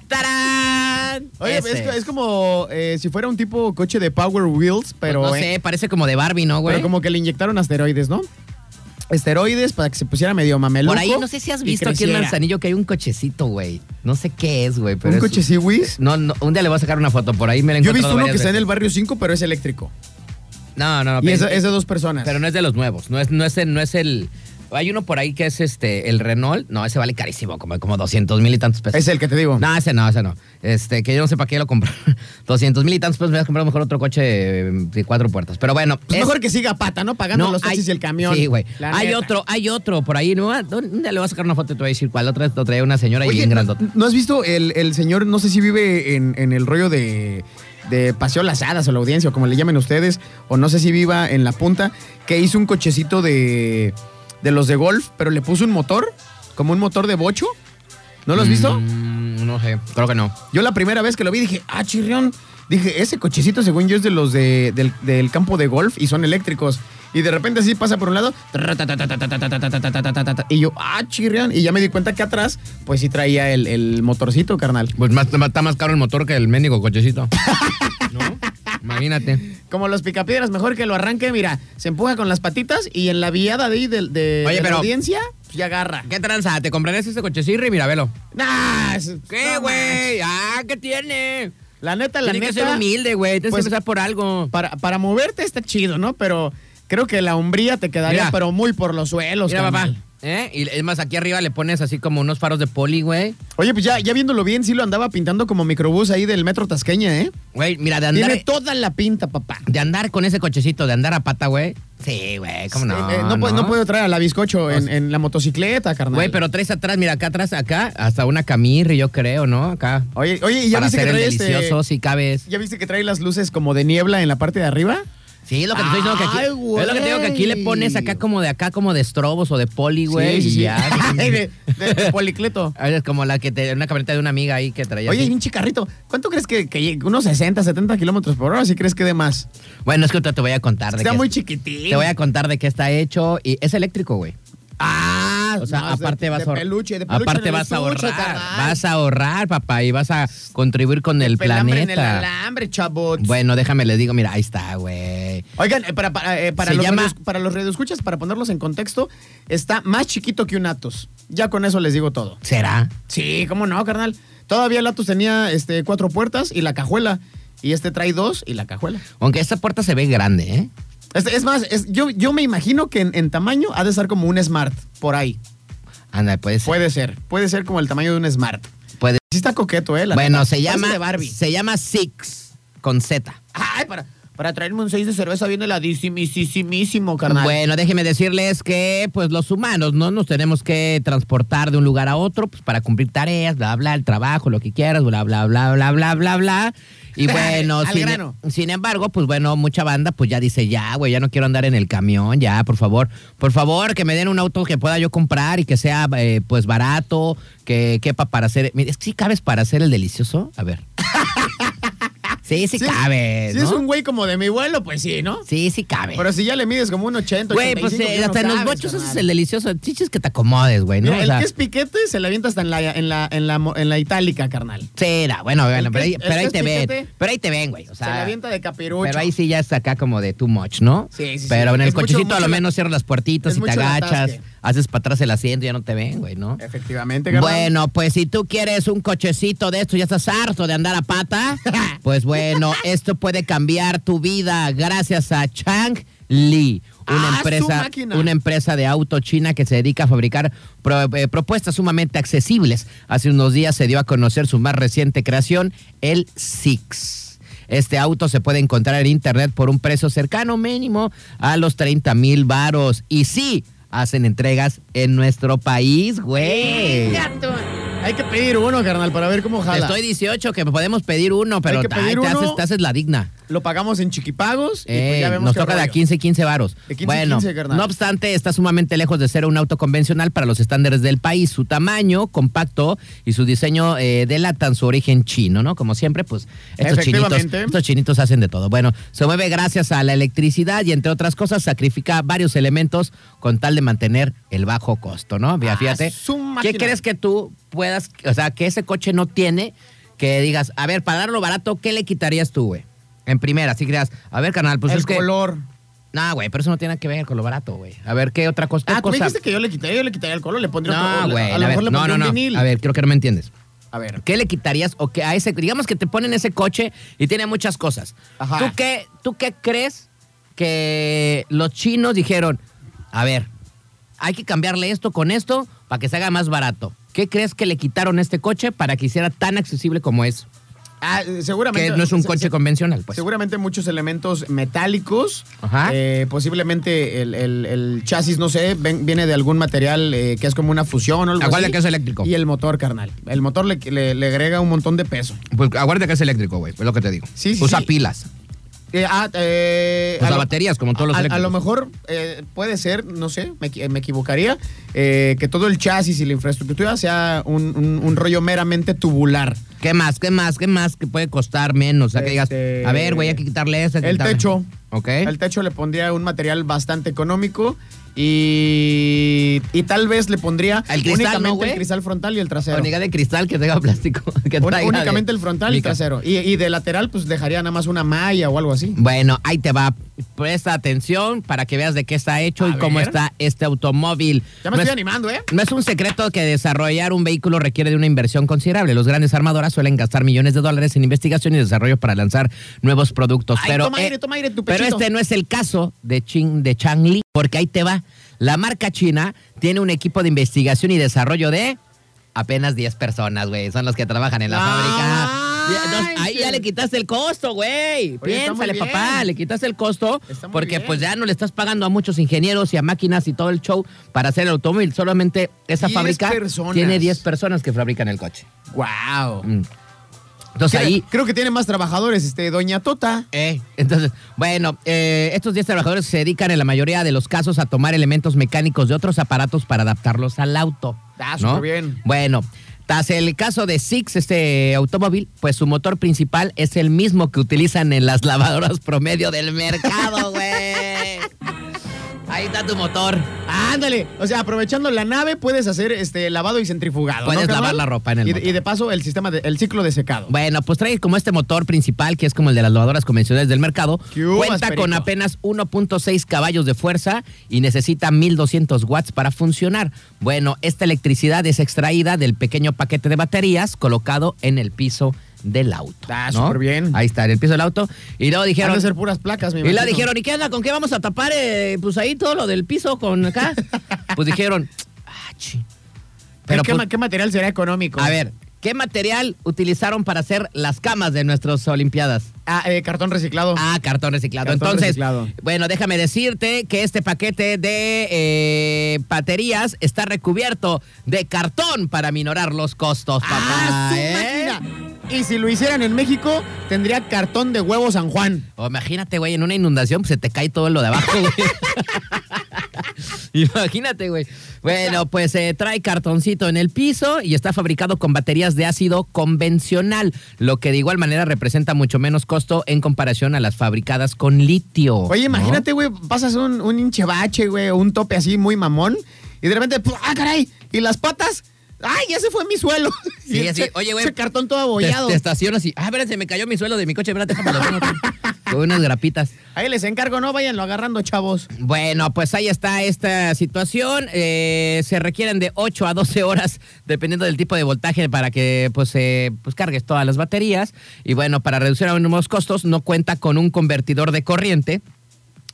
Speaker 4: ¡Tarán!
Speaker 5: Oye, es,
Speaker 4: Ese.
Speaker 5: es como eh, si fuera un tipo coche de Power Wheels, pero...
Speaker 4: Pues no
Speaker 5: en-
Speaker 4: sé, parece como de Barbie, ¿no, güey?
Speaker 5: Pero como que le inyectaron asteroides, ¿no? Esteroides para que se pusiera medio mameluco.
Speaker 4: Por ahí no sé si has
Speaker 5: y
Speaker 4: visto aquí en
Speaker 5: creciera.
Speaker 4: Manzanillo que hay un cochecito, güey. No sé qué es, güey, pero
Speaker 5: ¿Un
Speaker 4: es-
Speaker 5: coche Siwis?
Speaker 4: No, no, un día le voy a sacar una foto por ahí, me la
Speaker 5: Yo he
Speaker 4: encontré.
Speaker 5: visto uno que está en el barrio 5, pero es eléctrico.
Speaker 4: No, no, no.
Speaker 5: Y es,
Speaker 4: pero,
Speaker 5: es de dos personas.
Speaker 4: pero no es de los nuevos, no es no es el, no es el hay uno por ahí que es este el Renault, no, ese vale carísimo, como como 200 mil y tantos pesos.
Speaker 5: Es el que te digo.
Speaker 4: No, ese no, ese no. Este, que yo no sé para qué lo compré. 200 mil y tantos pesos me voy a comprar mejor otro coche eh, de cuatro puertas. Pero bueno,
Speaker 5: Pues
Speaker 4: es-
Speaker 5: mejor que siga a pata, ¿no? Pagando los taxis
Speaker 4: hay-
Speaker 5: y el camión.
Speaker 4: Sí, güey.
Speaker 5: La
Speaker 4: Hay
Speaker 5: neta.
Speaker 4: otro, hay otro por ahí, ¿no? ¿Dónde le voy a sacar una foto y te voy a decir cuál? Otra vez lo traía una señora y
Speaker 5: Oye,
Speaker 4: bien grandota.
Speaker 5: ¿no, no has visto el, el señor, no sé si vive en, en el rollo de, de Paseo Las Hadas o la audiencia, o como le llamen ustedes, o no sé si viva en La Punta, que hizo un cochecito de, de los de golf, pero le puso un motor, como un motor de bocho? ¿No lo has visto?
Speaker 4: Mm, no sé, creo que no.
Speaker 5: Yo la primera vez que lo vi dije, ah, chirrión. Dije, ese cochecito, según yo, es de los de, del, del campo de golf y son eléctricos. Y de repente así pasa por un lado. Y yo, ah, chirrión. Y ya me di cuenta que atrás, pues sí traía el, el motorcito, carnal.
Speaker 4: Pues más, está más caro el motor que el mendigo cochecito. ¿No? Imagínate.
Speaker 5: Como los picapiedras, mejor que lo arranque, mira, se empuja con las patitas y en la viada de ahí de, de-
Speaker 4: Oye,
Speaker 5: de
Speaker 4: pero-
Speaker 5: la audiencia, pues ya agarra.
Speaker 4: ¿Qué tranza? ¿Te comprarías ese cochecirri? Mira, velo.
Speaker 5: Nah, es-
Speaker 4: ¿Qué,
Speaker 5: no
Speaker 4: güey? Ah, ¿qué tiene?
Speaker 5: manches. La neta, la
Speaker 4: Tienes
Speaker 5: neta.
Speaker 4: que ser humilde, güey. Tienes
Speaker 5: pues,
Speaker 4: que empezar por algo.
Speaker 5: Para, para moverte está chido, ¿no? Pero creo que la hombría te quedaría,
Speaker 4: Mira.
Speaker 5: pero muy por los suelos,
Speaker 4: Mira, papá.
Speaker 5: carnal.
Speaker 4: ¿Eh? Y es más, aquí arriba le pones así como unos faros de poli, güey.
Speaker 5: Oye, pues ya, ya viéndolo bien, sí lo andaba pintando como microbús ahí del metro Tasqueña, ¿eh?
Speaker 4: Güey, mira, de andar,
Speaker 5: Tiene toda la pinta, papá.
Speaker 4: de andar con ese cochecito, de andar a pata, güey. Sí, güey, cómo no.
Speaker 5: Eh, eh, no, Pues- puedo, no puedo traer a la bizcocho en, en la motocicleta, carnal.
Speaker 4: Güey, pero tres atrás, mira, acá atrás, acá, hasta una camirri, yo creo, ¿no? Acá.
Speaker 5: Oye, oye, ¿y ya
Speaker 4: para
Speaker 5: viste que
Speaker 4: hacer el
Speaker 5: trae este-
Speaker 4: delicioso, si cabes.
Speaker 5: ¿Ya viste que trae las luces como de niebla en la parte de arriba?
Speaker 4: Sí, es lo que te estoy diciendo que aquí.
Speaker 5: Ay, güey.
Speaker 4: es lo que te digo que aquí le pones acá como de acá, como de estrobos o de poli, güey. y ya.
Speaker 5: Ay, de, de- de policleto.
Speaker 4: Ah, Es como la que te, una camioneta de una amiga ahí que traía.
Speaker 5: Oye,
Speaker 4: así.
Speaker 5: y un chicarrito, ¿cuánto crees que, que llegue? ¿Unos 60, 70 kilómetros por hora? ¿Sí crees que de más?
Speaker 4: Bueno, es que ahorita te voy a contar de
Speaker 5: Está
Speaker 4: qué-
Speaker 5: muy chiquitín.
Speaker 4: Te voy a contar de qué está hecho y es eléctrico, güey.
Speaker 5: Ah,
Speaker 4: O sea,
Speaker 5: no, es de-
Speaker 4: aparte vas
Speaker 5: de
Speaker 4: a ahor-
Speaker 5: peluche, de peluche en
Speaker 4: aparte
Speaker 5: el
Speaker 4: vas a
Speaker 5: estuche,
Speaker 4: ahorrar,
Speaker 5: carnal.
Speaker 4: vas a ahorrar, papá, y vas a contribuir con el
Speaker 5: Pelambre en el
Speaker 4: planeta.
Speaker 5: alambre, chavos.
Speaker 4: Bueno, déjame les digo, mira, ahí está, güey.
Speaker 5: Oigan, eh, para, para, eh, para
Speaker 4: Se
Speaker 5: los
Speaker 4: llama-
Speaker 5: radios- para los radioescuchas, para ponerlos en contexto, está más chiquito que un Atos. Ya con eso les digo todo.
Speaker 4: ¿Será?
Speaker 5: Sí, cómo no, carnal. Todavía el Atos tenía este, cuatro puertas y la cajuela. Y este trae dos y la cajuela.
Speaker 4: Aunque esta puerta se ve grande, ¿eh?
Speaker 5: Este, es más, es- yo, yo me imagino que en, en tamaño ha de ser como un Smart, por ahí.
Speaker 4: Anda, puede ser.
Speaker 5: Puede ser. Puede ser como el tamaño de un Smart.
Speaker 4: Puede-
Speaker 5: Sí está coqueto, ¿eh? la
Speaker 4: Bueno,
Speaker 5: neta.
Speaker 4: se
Speaker 5: Parece
Speaker 4: llama
Speaker 5: de Barbie.
Speaker 4: se llama Six con Z.
Speaker 5: Ay, para, para traerme un seis de cerveza viene la disimisimísimo, carnal.
Speaker 4: Bueno, déjenme decirles que pues los humanos no nos tenemos que transportar de un lugar a otro pues, para cumplir tareas, bla, bla, el trabajo, lo que quieras, bla, bla, bla, bla, bla, bla, bla. Y bueno,
Speaker 5: Al
Speaker 4: sin, e
Speaker 5: grano.
Speaker 4: sin embargo, pues bueno, mucha banda pues ya dice, ya, güey, ya no quiero andar en el camión, ya, por favor, por favor, que me den un auto que pueda yo comprar y que sea eh, pues barato, que quepa para hacer... Mira, ¿Sí cabes para hacer el delicioso? A ver. sí, sí,
Speaker 5: Sí,
Speaker 4: cabes,
Speaker 5: Si
Speaker 4: ¿no?
Speaker 5: es un güey como de mi vuelo, pues sí, ¿no?
Speaker 4: Sí, sí cabe.
Speaker 5: Pero si ya le mides como un 80,
Speaker 4: Güey, pues
Speaker 5: 85,
Speaker 4: eh,
Speaker 5: ya no
Speaker 4: hasta en los
Speaker 5: cabes,
Speaker 4: bochos
Speaker 5: carnal.
Speaker 4: haces el delicioso. El chiste es que te acomodes, güey, ¿no?
Speaker 5: Mira,
Speaker 4: O
Speaker 5: el
Speaker 4: sea,
Speaker 5: que es piquete se le avienta hasta en la, en la, en la, mo- en la itálica, carnal.
Speaker 4: Será, bueno, bueno, pero,
Speaker 5: el que-
Speaker 4: ahí,
Speaker 5: el
Speaker 4: pero
Speaker 5: que
Speaker 4: ahí
Speaker 5: es
Speaker 4: te ven.
Speaker 5: piquete,
Speaker 4: Pero ahí te ven, güey. O sea,
Speaker 5: se le avienta de capirucho.
Speaker 4: Pero ahí sí ya está acá como de too much, ¿no?
Speaker 5: Sí, sí, sí.
Speaker 4: Pero en el
Speaker 5: Es mucho-
Speaker 4: cochecito a lo
Speaker 5: mucho-
Speaker 4: menos cierras las puertitas
Speaker 5: es
Speaker 4: y te
Speaker 5: mucho Eh, el
Speaker 4: agachas,
Speaker 5: atasque.
Speaker 4: haces para atrás el asiento y ya no te ven, güey, ¿no?
Speaker 5: Efectivamente, carnal.
Speaker 4: Bueno, pues si tú quieres un cochecito de esto, ya estás harto de andar a pata, pues bueno, esto puede cambiar tu vida gracias a Chang Li. Una,
Speaker 5: Ah, su
Speaker 4: empresa,
Speaker 5: máquina.
Speaker 4: una empresa de auto china que se dedica a fabricar pro- eh, propuestas sumamente accesibles. Hace unos días se dio a conocer su más reciente creación, el Six. Este auto se puede encontrar en internet por un precio cercano mínimo a los 30 mil varos. Y sí, hacen entregas en nuestro país, güey.
Speaker 5: Hay que pedir uno, carnal, para ver cómo
Speaker 4: Te
Speaker 5: jala.
Speaker 4: estoy 18 que podemos pedir uno, pero
Speaker 5: que
Speaker 4: ay, te,
Speaker 5: pedir uno.
Speaker 4: haces, te haces la digna.
Speaker 5: Lo pagamos en chiquipagos y pues
Speaker 4: Eh,
Speaker 5: ya vemos
Speaker 4: nos
Speaker 5: qué
Speaker 4: toca de a
Speaker 5: rollo.
Speaker 4: 15, 15 varos.
Speaker 5: De 15,
Speaker 4: bueno,
Speaker 5: 15, carnal.
Speaker 4: no obstante, está sumamente lejos de ser un auto convencional para los estándares del país. Su tamaño compacto y su diseño eh, delatan su origen chino, ¿no? Como siempre, pues estos chinitos,
Speaker 5: Efectivamente.
Speaker 4: estos chinitos hacen de todo. Bueno, se mueve gracias a la electricidad y entre otras cosas sacrifica varios elementos con tal de mantener el bajo costo, ¿no? Mira,
Speaker 5: Ah,
Speaker 4: fíjate.
Speaker 5: su
Speaker 4: ¿Qué
Speaker 5: máquina.
Speaker 4: crees que tú puedas, o sea, que ese coche no tiene, que digas, a ver, para darlo barato, ¿qué le quitarías tú, güey? En primera, si creas, a ver, canal, pues
Speaker 5: el
Speaker 4: es que.
Speaker 5: color.
Speaker 4: No, güey, pero eso no tiene que ver con lo barato, güey. A ver, ¿qué otra cosa? qué
Speaker 5: Ah, tú me
Speaker 4: cosa?
Speaker 5: dijiste que yo le quitaría, yo le quitaría el color, le pondría
Speaker 4: No,
Speaker 5: otro.
Speaker 4: güey.
Speaker 5: A
Speaker 4: a
Speaker 5: lo
Speaker 4: ver,
Speaker 5: mejor le
Speaker 4: No,
Speaker 5: pondría
Speaker 4: no, no.
Speaker 5: un vinil.
Speaker 4: A ver, creo que no me entiendes.
Speaker 5: A ver.
Speaker 4: ¿Qué le quitarías o que a ese, digamos que te ponen ese coche y tiene muchas cosas.
Speaker 5: Ajá.
Speaker 4: ¿Tú qué, ¿Tú qué crees que los chinos dijeron? A ver, hay que cambiarle esto con esto para que se haga más barato. ¿Qué crees que le quitaron a este coche para que hiciera tan accesible como es?
Speaker 5: Ah, eh, seguramente.
Speaker 4: Que no es un
Speaker 5: se-
Speaker 4: coche
Speaker 5: se-
Speaker 4: convencional, pues.
Speaker 5: Seguramente muchos elementos metálicos.
Speaker 4: Ajá.
Speaker 5: Eh, posiblemente el, el- el chasis, no sé, ven- viene de algún material eh, que es como una fusión o algo
Speaker 4: Aguarda
Speaker 5: así.
Speaker 4: que es eléctrico.
Speaker 5: Y el motor, carnal. El motor le, le- le agrega un montón de peso.
Speaker 4: Pues aguarda que es eléctrico, güey, es lo que te digo.
Speaker 5: Sí, sí,
Speaker 4: Usa
Speaker 5: sí.
Speaker 4: pilas.
Speaker 5: Eh, ah, eh,
Speaker 4: Usa
Speaker 5: a lo-
Speaker 4: Pues baterías, como todos los
Speaker 5: a- a, a lo
Speaker 4: eléctricos.
Speaker 5: mejor eh, puede ser, no sé, me, equi- me equivocaría, eh, que todo el chasis y la infraestructura sea un, un- un rollo meramente tubular.
Speaker 4: ¿Qué más? ¿Qué más? ¿Qué más que puede costar menos? O sea, que digas,
Speaker 5: Este,
Speaker 4: a ver, güey, hay que quitarle eso. hay que
Speaker 5: el
Speaker 4: quitarle-
Speaker 5: techo.
Speaker 4: Ok.
Speaker 5: Al techo le pondría un material bastante económico Y, y tal vez le pondría
Speaker 4: Al cristal,
Speaker 5: únicamente
Speaker 4: ¿no, güey?
Speaker 5: el cristal frontal y el trasero.
Speaker 4: Oniga de cristal que tenga plástico. que
Speaker 5: Un-
Speaker 4: traiga
Speaker 5: únicamente
Speaker 4: de-
Speaker 5: el frontal y el
Speaker 4: mica.
Speaker 5: trasero. Y, y de lateral, pues dejaría nada más una malla o algo así.
Speaker 4: Bueno, ahí te va. Presta atención para que veas de qué está hecho
Speaker 5: A
Speaker 4: y cómo
Speaker 5: ver.
Speaker 4: está este automóvil.
Speaker 5: Ya me
Speaker 4: No es-
Speaker 5: estoy animando, ¿eh?
Speaker 4: No es un secreto que desarrollar un vehículo requiere de una inversión considerable. Los grandes armadoras suelen gastar millones de dólares en investigación y desarrollo para lanzar nuevos productos.
Speaker 5: Ay,
Speaker 4: pero, eh,
Speaker 5: toma aire, toma aire, tu
Speaker 4: pero
Speaker 5: pechito.
Speaker 4: este no es el caso de, Ching, de Changli, porque ahí te va. La marca china tiene un equipo de investigación y desarrollo de apenas 10 personas, güey. Son los que trabajan en la
Speaker 5: No
Speaker 4: fábrica.
Speaker 5: manches.
Speaker 4: Entonces, ahí ya le quitaste el costo, güey.
Speaker 5: Oye, está muy
Speaker 4: Piénsale,
Speaker 5: bien.
Speaker 4: papá. Le quitaste el costo
Speaker 5: Está muy
Speaker 4: porque
Speaker 5: bien.
Speaker 4: pues ya no le estás pagando a muchos ingenieros y a máquinas y todo el show para hacer el automóvil. Solamente esa
Speaker 5: 10
Speaker 4: fábrica
Speaker 5: personas.
Speaker 4: tiene 10 personas que fabrican el coche.
Speaker 5: ¡Wow!
Speaker 4: Mm. Entonces
Speaker 5: Creo,
Speaker 4: ahí...
Speaker 5: creo que tiene más trabajadores, este, Doña Tota.
Speaker 4: eh, entonces, bueno, eh, estos 10 trabajadores se dedican en la mayoría de los casos a tomar elementos mecánicos de otros aparatos para adaptarlos al auto.
Speaker 5: Ah,
Speaker 4: ¿no?
Speaker 5: súper bien.
Speaker 4: Bueno, tras el caso de Six, este automóvil, pues su motor principal es el mismo que utilizan en las lavadoras promedio del mercado, güey. Ahí está tu motor.
Speaker 5: Ándale, o sea, aprovechando la nave puedes hacer este lavado y centrifugado.
Speaker 4: Puedes
Speaker 5: carnal?
Speaker 4: lavar la ropa en el
Speaker 5: y de,
Speaker 4: motor.
Speaker 5: y de paso el sistema de- el ciclo de secado.
Speaker 4: Bueno, pues trae como este motor principal, que es como el de las lavadoras convencionales del mercado.
Speaker 5: ¿Qué hubo,
Speaker 4: Cuenta
Speaker 5: Asperito?
Speaker 4: con apenas 1.6 caballos de fuerza y necesita 1.200 watts para funcionar. Bueno, esta electricidad es extraída del pequeño paquete de baterías colocado en el piso del auto.
Speaker 5: Ah, súper bien.
Speaker 4: Ahí está, en el piso del auto. Y luego
Speaker 5: Han
Speaker 4: dijeron...
Speaker 5: de ser puras placas, mi
Speaker 4: Y la dijeron, ¿y qué onda? ¿Con qué vamos a tapar? eh, pues ahí todo lo del piso con acá. pues dijeron, ah, chi.
Speaker 5: Pero ¿Qué,
Speaker 4: pues,
Speaker 5: ma- qué material será económico?
Speaker 4: a ver, ¿qué material utilizaron para hacer las camas de nuestras Olimpiadas?
Speaker 5: Ah, eh, cartón reciclado.
Speaker 4: Ah, cartón reciclado.
Speaker 5: Cartón
Speaker 4: Entonces,
Speaker 5: reciclado.
Speaker 4: bueno, déjame decirte que este paquete de eh, baterías está recubierto de cartón para minorar los costos, papá.
Speaker 5: Ah, su
Speaker 4: ¿eh?
Speaker 5: máquina. Y si lo hicieran en México, tendría cartón de huevo San Juan.
Speaker 4: O imagínate, güey, en una inundación pues, se te cae todo lo de abajo, güey. imagínate, güey. Bueno, pues eh, trae cartoncito en el piso y está fabricado con baterías de ácido convencional, lo que de igual manera representa mucho menos costo en comparación a las fabricadas con litio.
Speaker 5: Oye,
Speaker 4: ¿no?
Speaker 5: imagínate, güey, pasas un, un hinche bache, güey, un tope así muy mamón, y de repente, ¡pua! ¡ah, caray! ¿Y las patas? ¡Ay, ya se fue mi suelo!
Speaker 4: Sí,
Speaker 5: Y
Speaker 4: así,
Speaker 5: ese-
Speaker 4: oye, güey.
Speaker 5: Ese cartón todo
Speaker 4: Te,
Speaker 5: abollado.
Speaker 4: te estacionas y. Ah, espérate, se me cayó mi suelo de mi coche. Espérate, déjame lo pongo aquí. Con unas grapitas.
Speaker 5: Ahí les encargo, no vayanlo agarrando, chavos.
Speaker 4: Bueno, pues ahí está esta situación. Eh, se requieren de 8 a 12 horas, dependiendo del tipo de voltaje, para que pues, eh, pues cargues todas las baterías. Y bueno, para reducir aún los costos, no cuenta con un convertidor de corriente.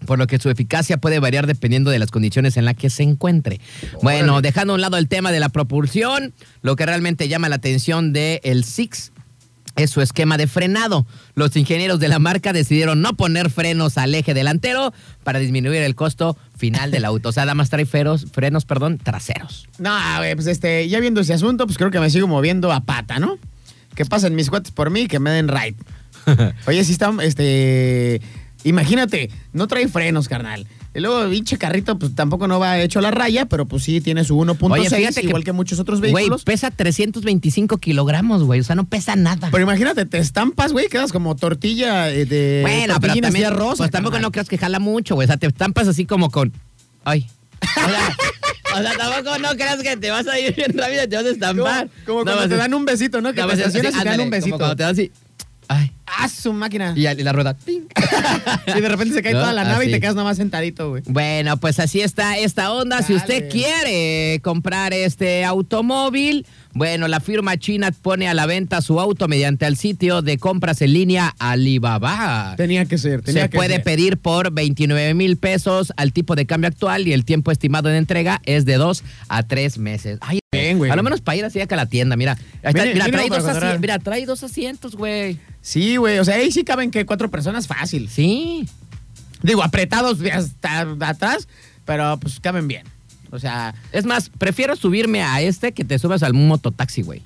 Speaker 4: Por lo que su eficacia puede variar dependiendo de las condiciones en las que se encuentre. Bueno, dejando a un lado el tema de la propulsión, lo que realmente llama la atención del el Six es su esquema de frenado. Los ingenieros de la marca decidieron no poner frenos al eje delantero para disminuir el costo final del auto. O sea, nada más trae feros- frenos perdón, traseros.
Speaker 5: No, güey, pues este, ya viendo ese asunto, pues creo que me sigo moviendo a pata, ¿no? Que pasen mis cuates por mí y que me den ride. Oye, si está, este, imagínate, no trae frenos, carnal. Y luego, pinche carrito, pues tampoco no va hecho la raya, pero pues sí tiene su
Speaker 4: Oye, fíjate
Speaker 5: 1.6,
Speaker 4: que-
Speaker 5: igual que muchos otros
Speaker 4: Güey,
Speaker 5: vehículos.
Speaker 4: pesa 325 kilogramos, güey. O sea, no pesa nada.
Speaker 5: pero imagínate, te estampas, güey, quedas como tortilla eh, de
Speaker 4: bueno, pero
Speaker 5: tortillina así
Speaker 4: también,
Speaker 5: arroz,
Speaker 4: pues tampoco
Speaker 5: carnal.
Speaker 4: no creas que jala mucho, güey. O sea, te estampas así como con... Ay. O sea, o sea, tampoco no creas que te vas a ir bien rápido y te vas a
Speaker 5: Como,
Speaker 4: estampar.
Speaker 5: como
Speaker 4: No,
Speaker 5: cuando
Speaker 4: vas
Speaker 5: te
Speaker 4: a-
Speaker 5: dan un besito, ¿no? Que
Speaker 4: no,
Speaker 5: te
Speaker 4: vas a-
Speaker 5: estacionas y te dan
Speaker 4: ándale,
Speaker 5: un
Speaker 4: como
Speaker 5: besito.
Speaker 4: cuando te dan así... Ay.
Speaker 5: ¡Ah, su máquina!
Speaker 4: Y, y la rueda... ting.
Speaker 5: Y de repente se cae
Speaker 4: No,
Speaker 5: toda la nave y
Speaker 4: así.
Speaker 5: te quedas nomás sentadito, güey.
Speaker 4: Bueno, pues así está esta onda. Si
Speaker 5: Dale.
Speaker 4: usted quiere comprar este automóvil, bueno, la firma china pone a la venta su auto mediante el sitio de compras en línea Alibaba.
Speaker 5: Tenía que ser, tenía
Speaker 4: Se
Speaker 5: que
Speaker 4: puede
Speaker 5: ser.
Speaker 4: pedir por 29 mil pesos al tipo de cambio actual y el tiempo estimado de entrega es de dos a tres meses. Ay,
Speaker 5: Bien, güey.
Speaker 4: A lo menos para ir así acá a la tienda, mira. Ahí está,
Speaker 5: Mire,
Speaker 4: mira,
Speaker 5: mire
Speaker 4: trae
Speaker 5: para
Speaker 4: dos
Speaker 5: cuadrar.
Speaker 4: asientos, mira, trae dos asientos, güey.
Speaker 5: Sí, güey. O sea, ahí sí caben que cuatro personas fácil.
Speaker 4: Sí.
Speaker 5: Digo, apretados de hasta atrás, pero pues caben bien. O sea.
Speaker 4: Es más, prefiero subirme a este que te subas al mototaxi, güey.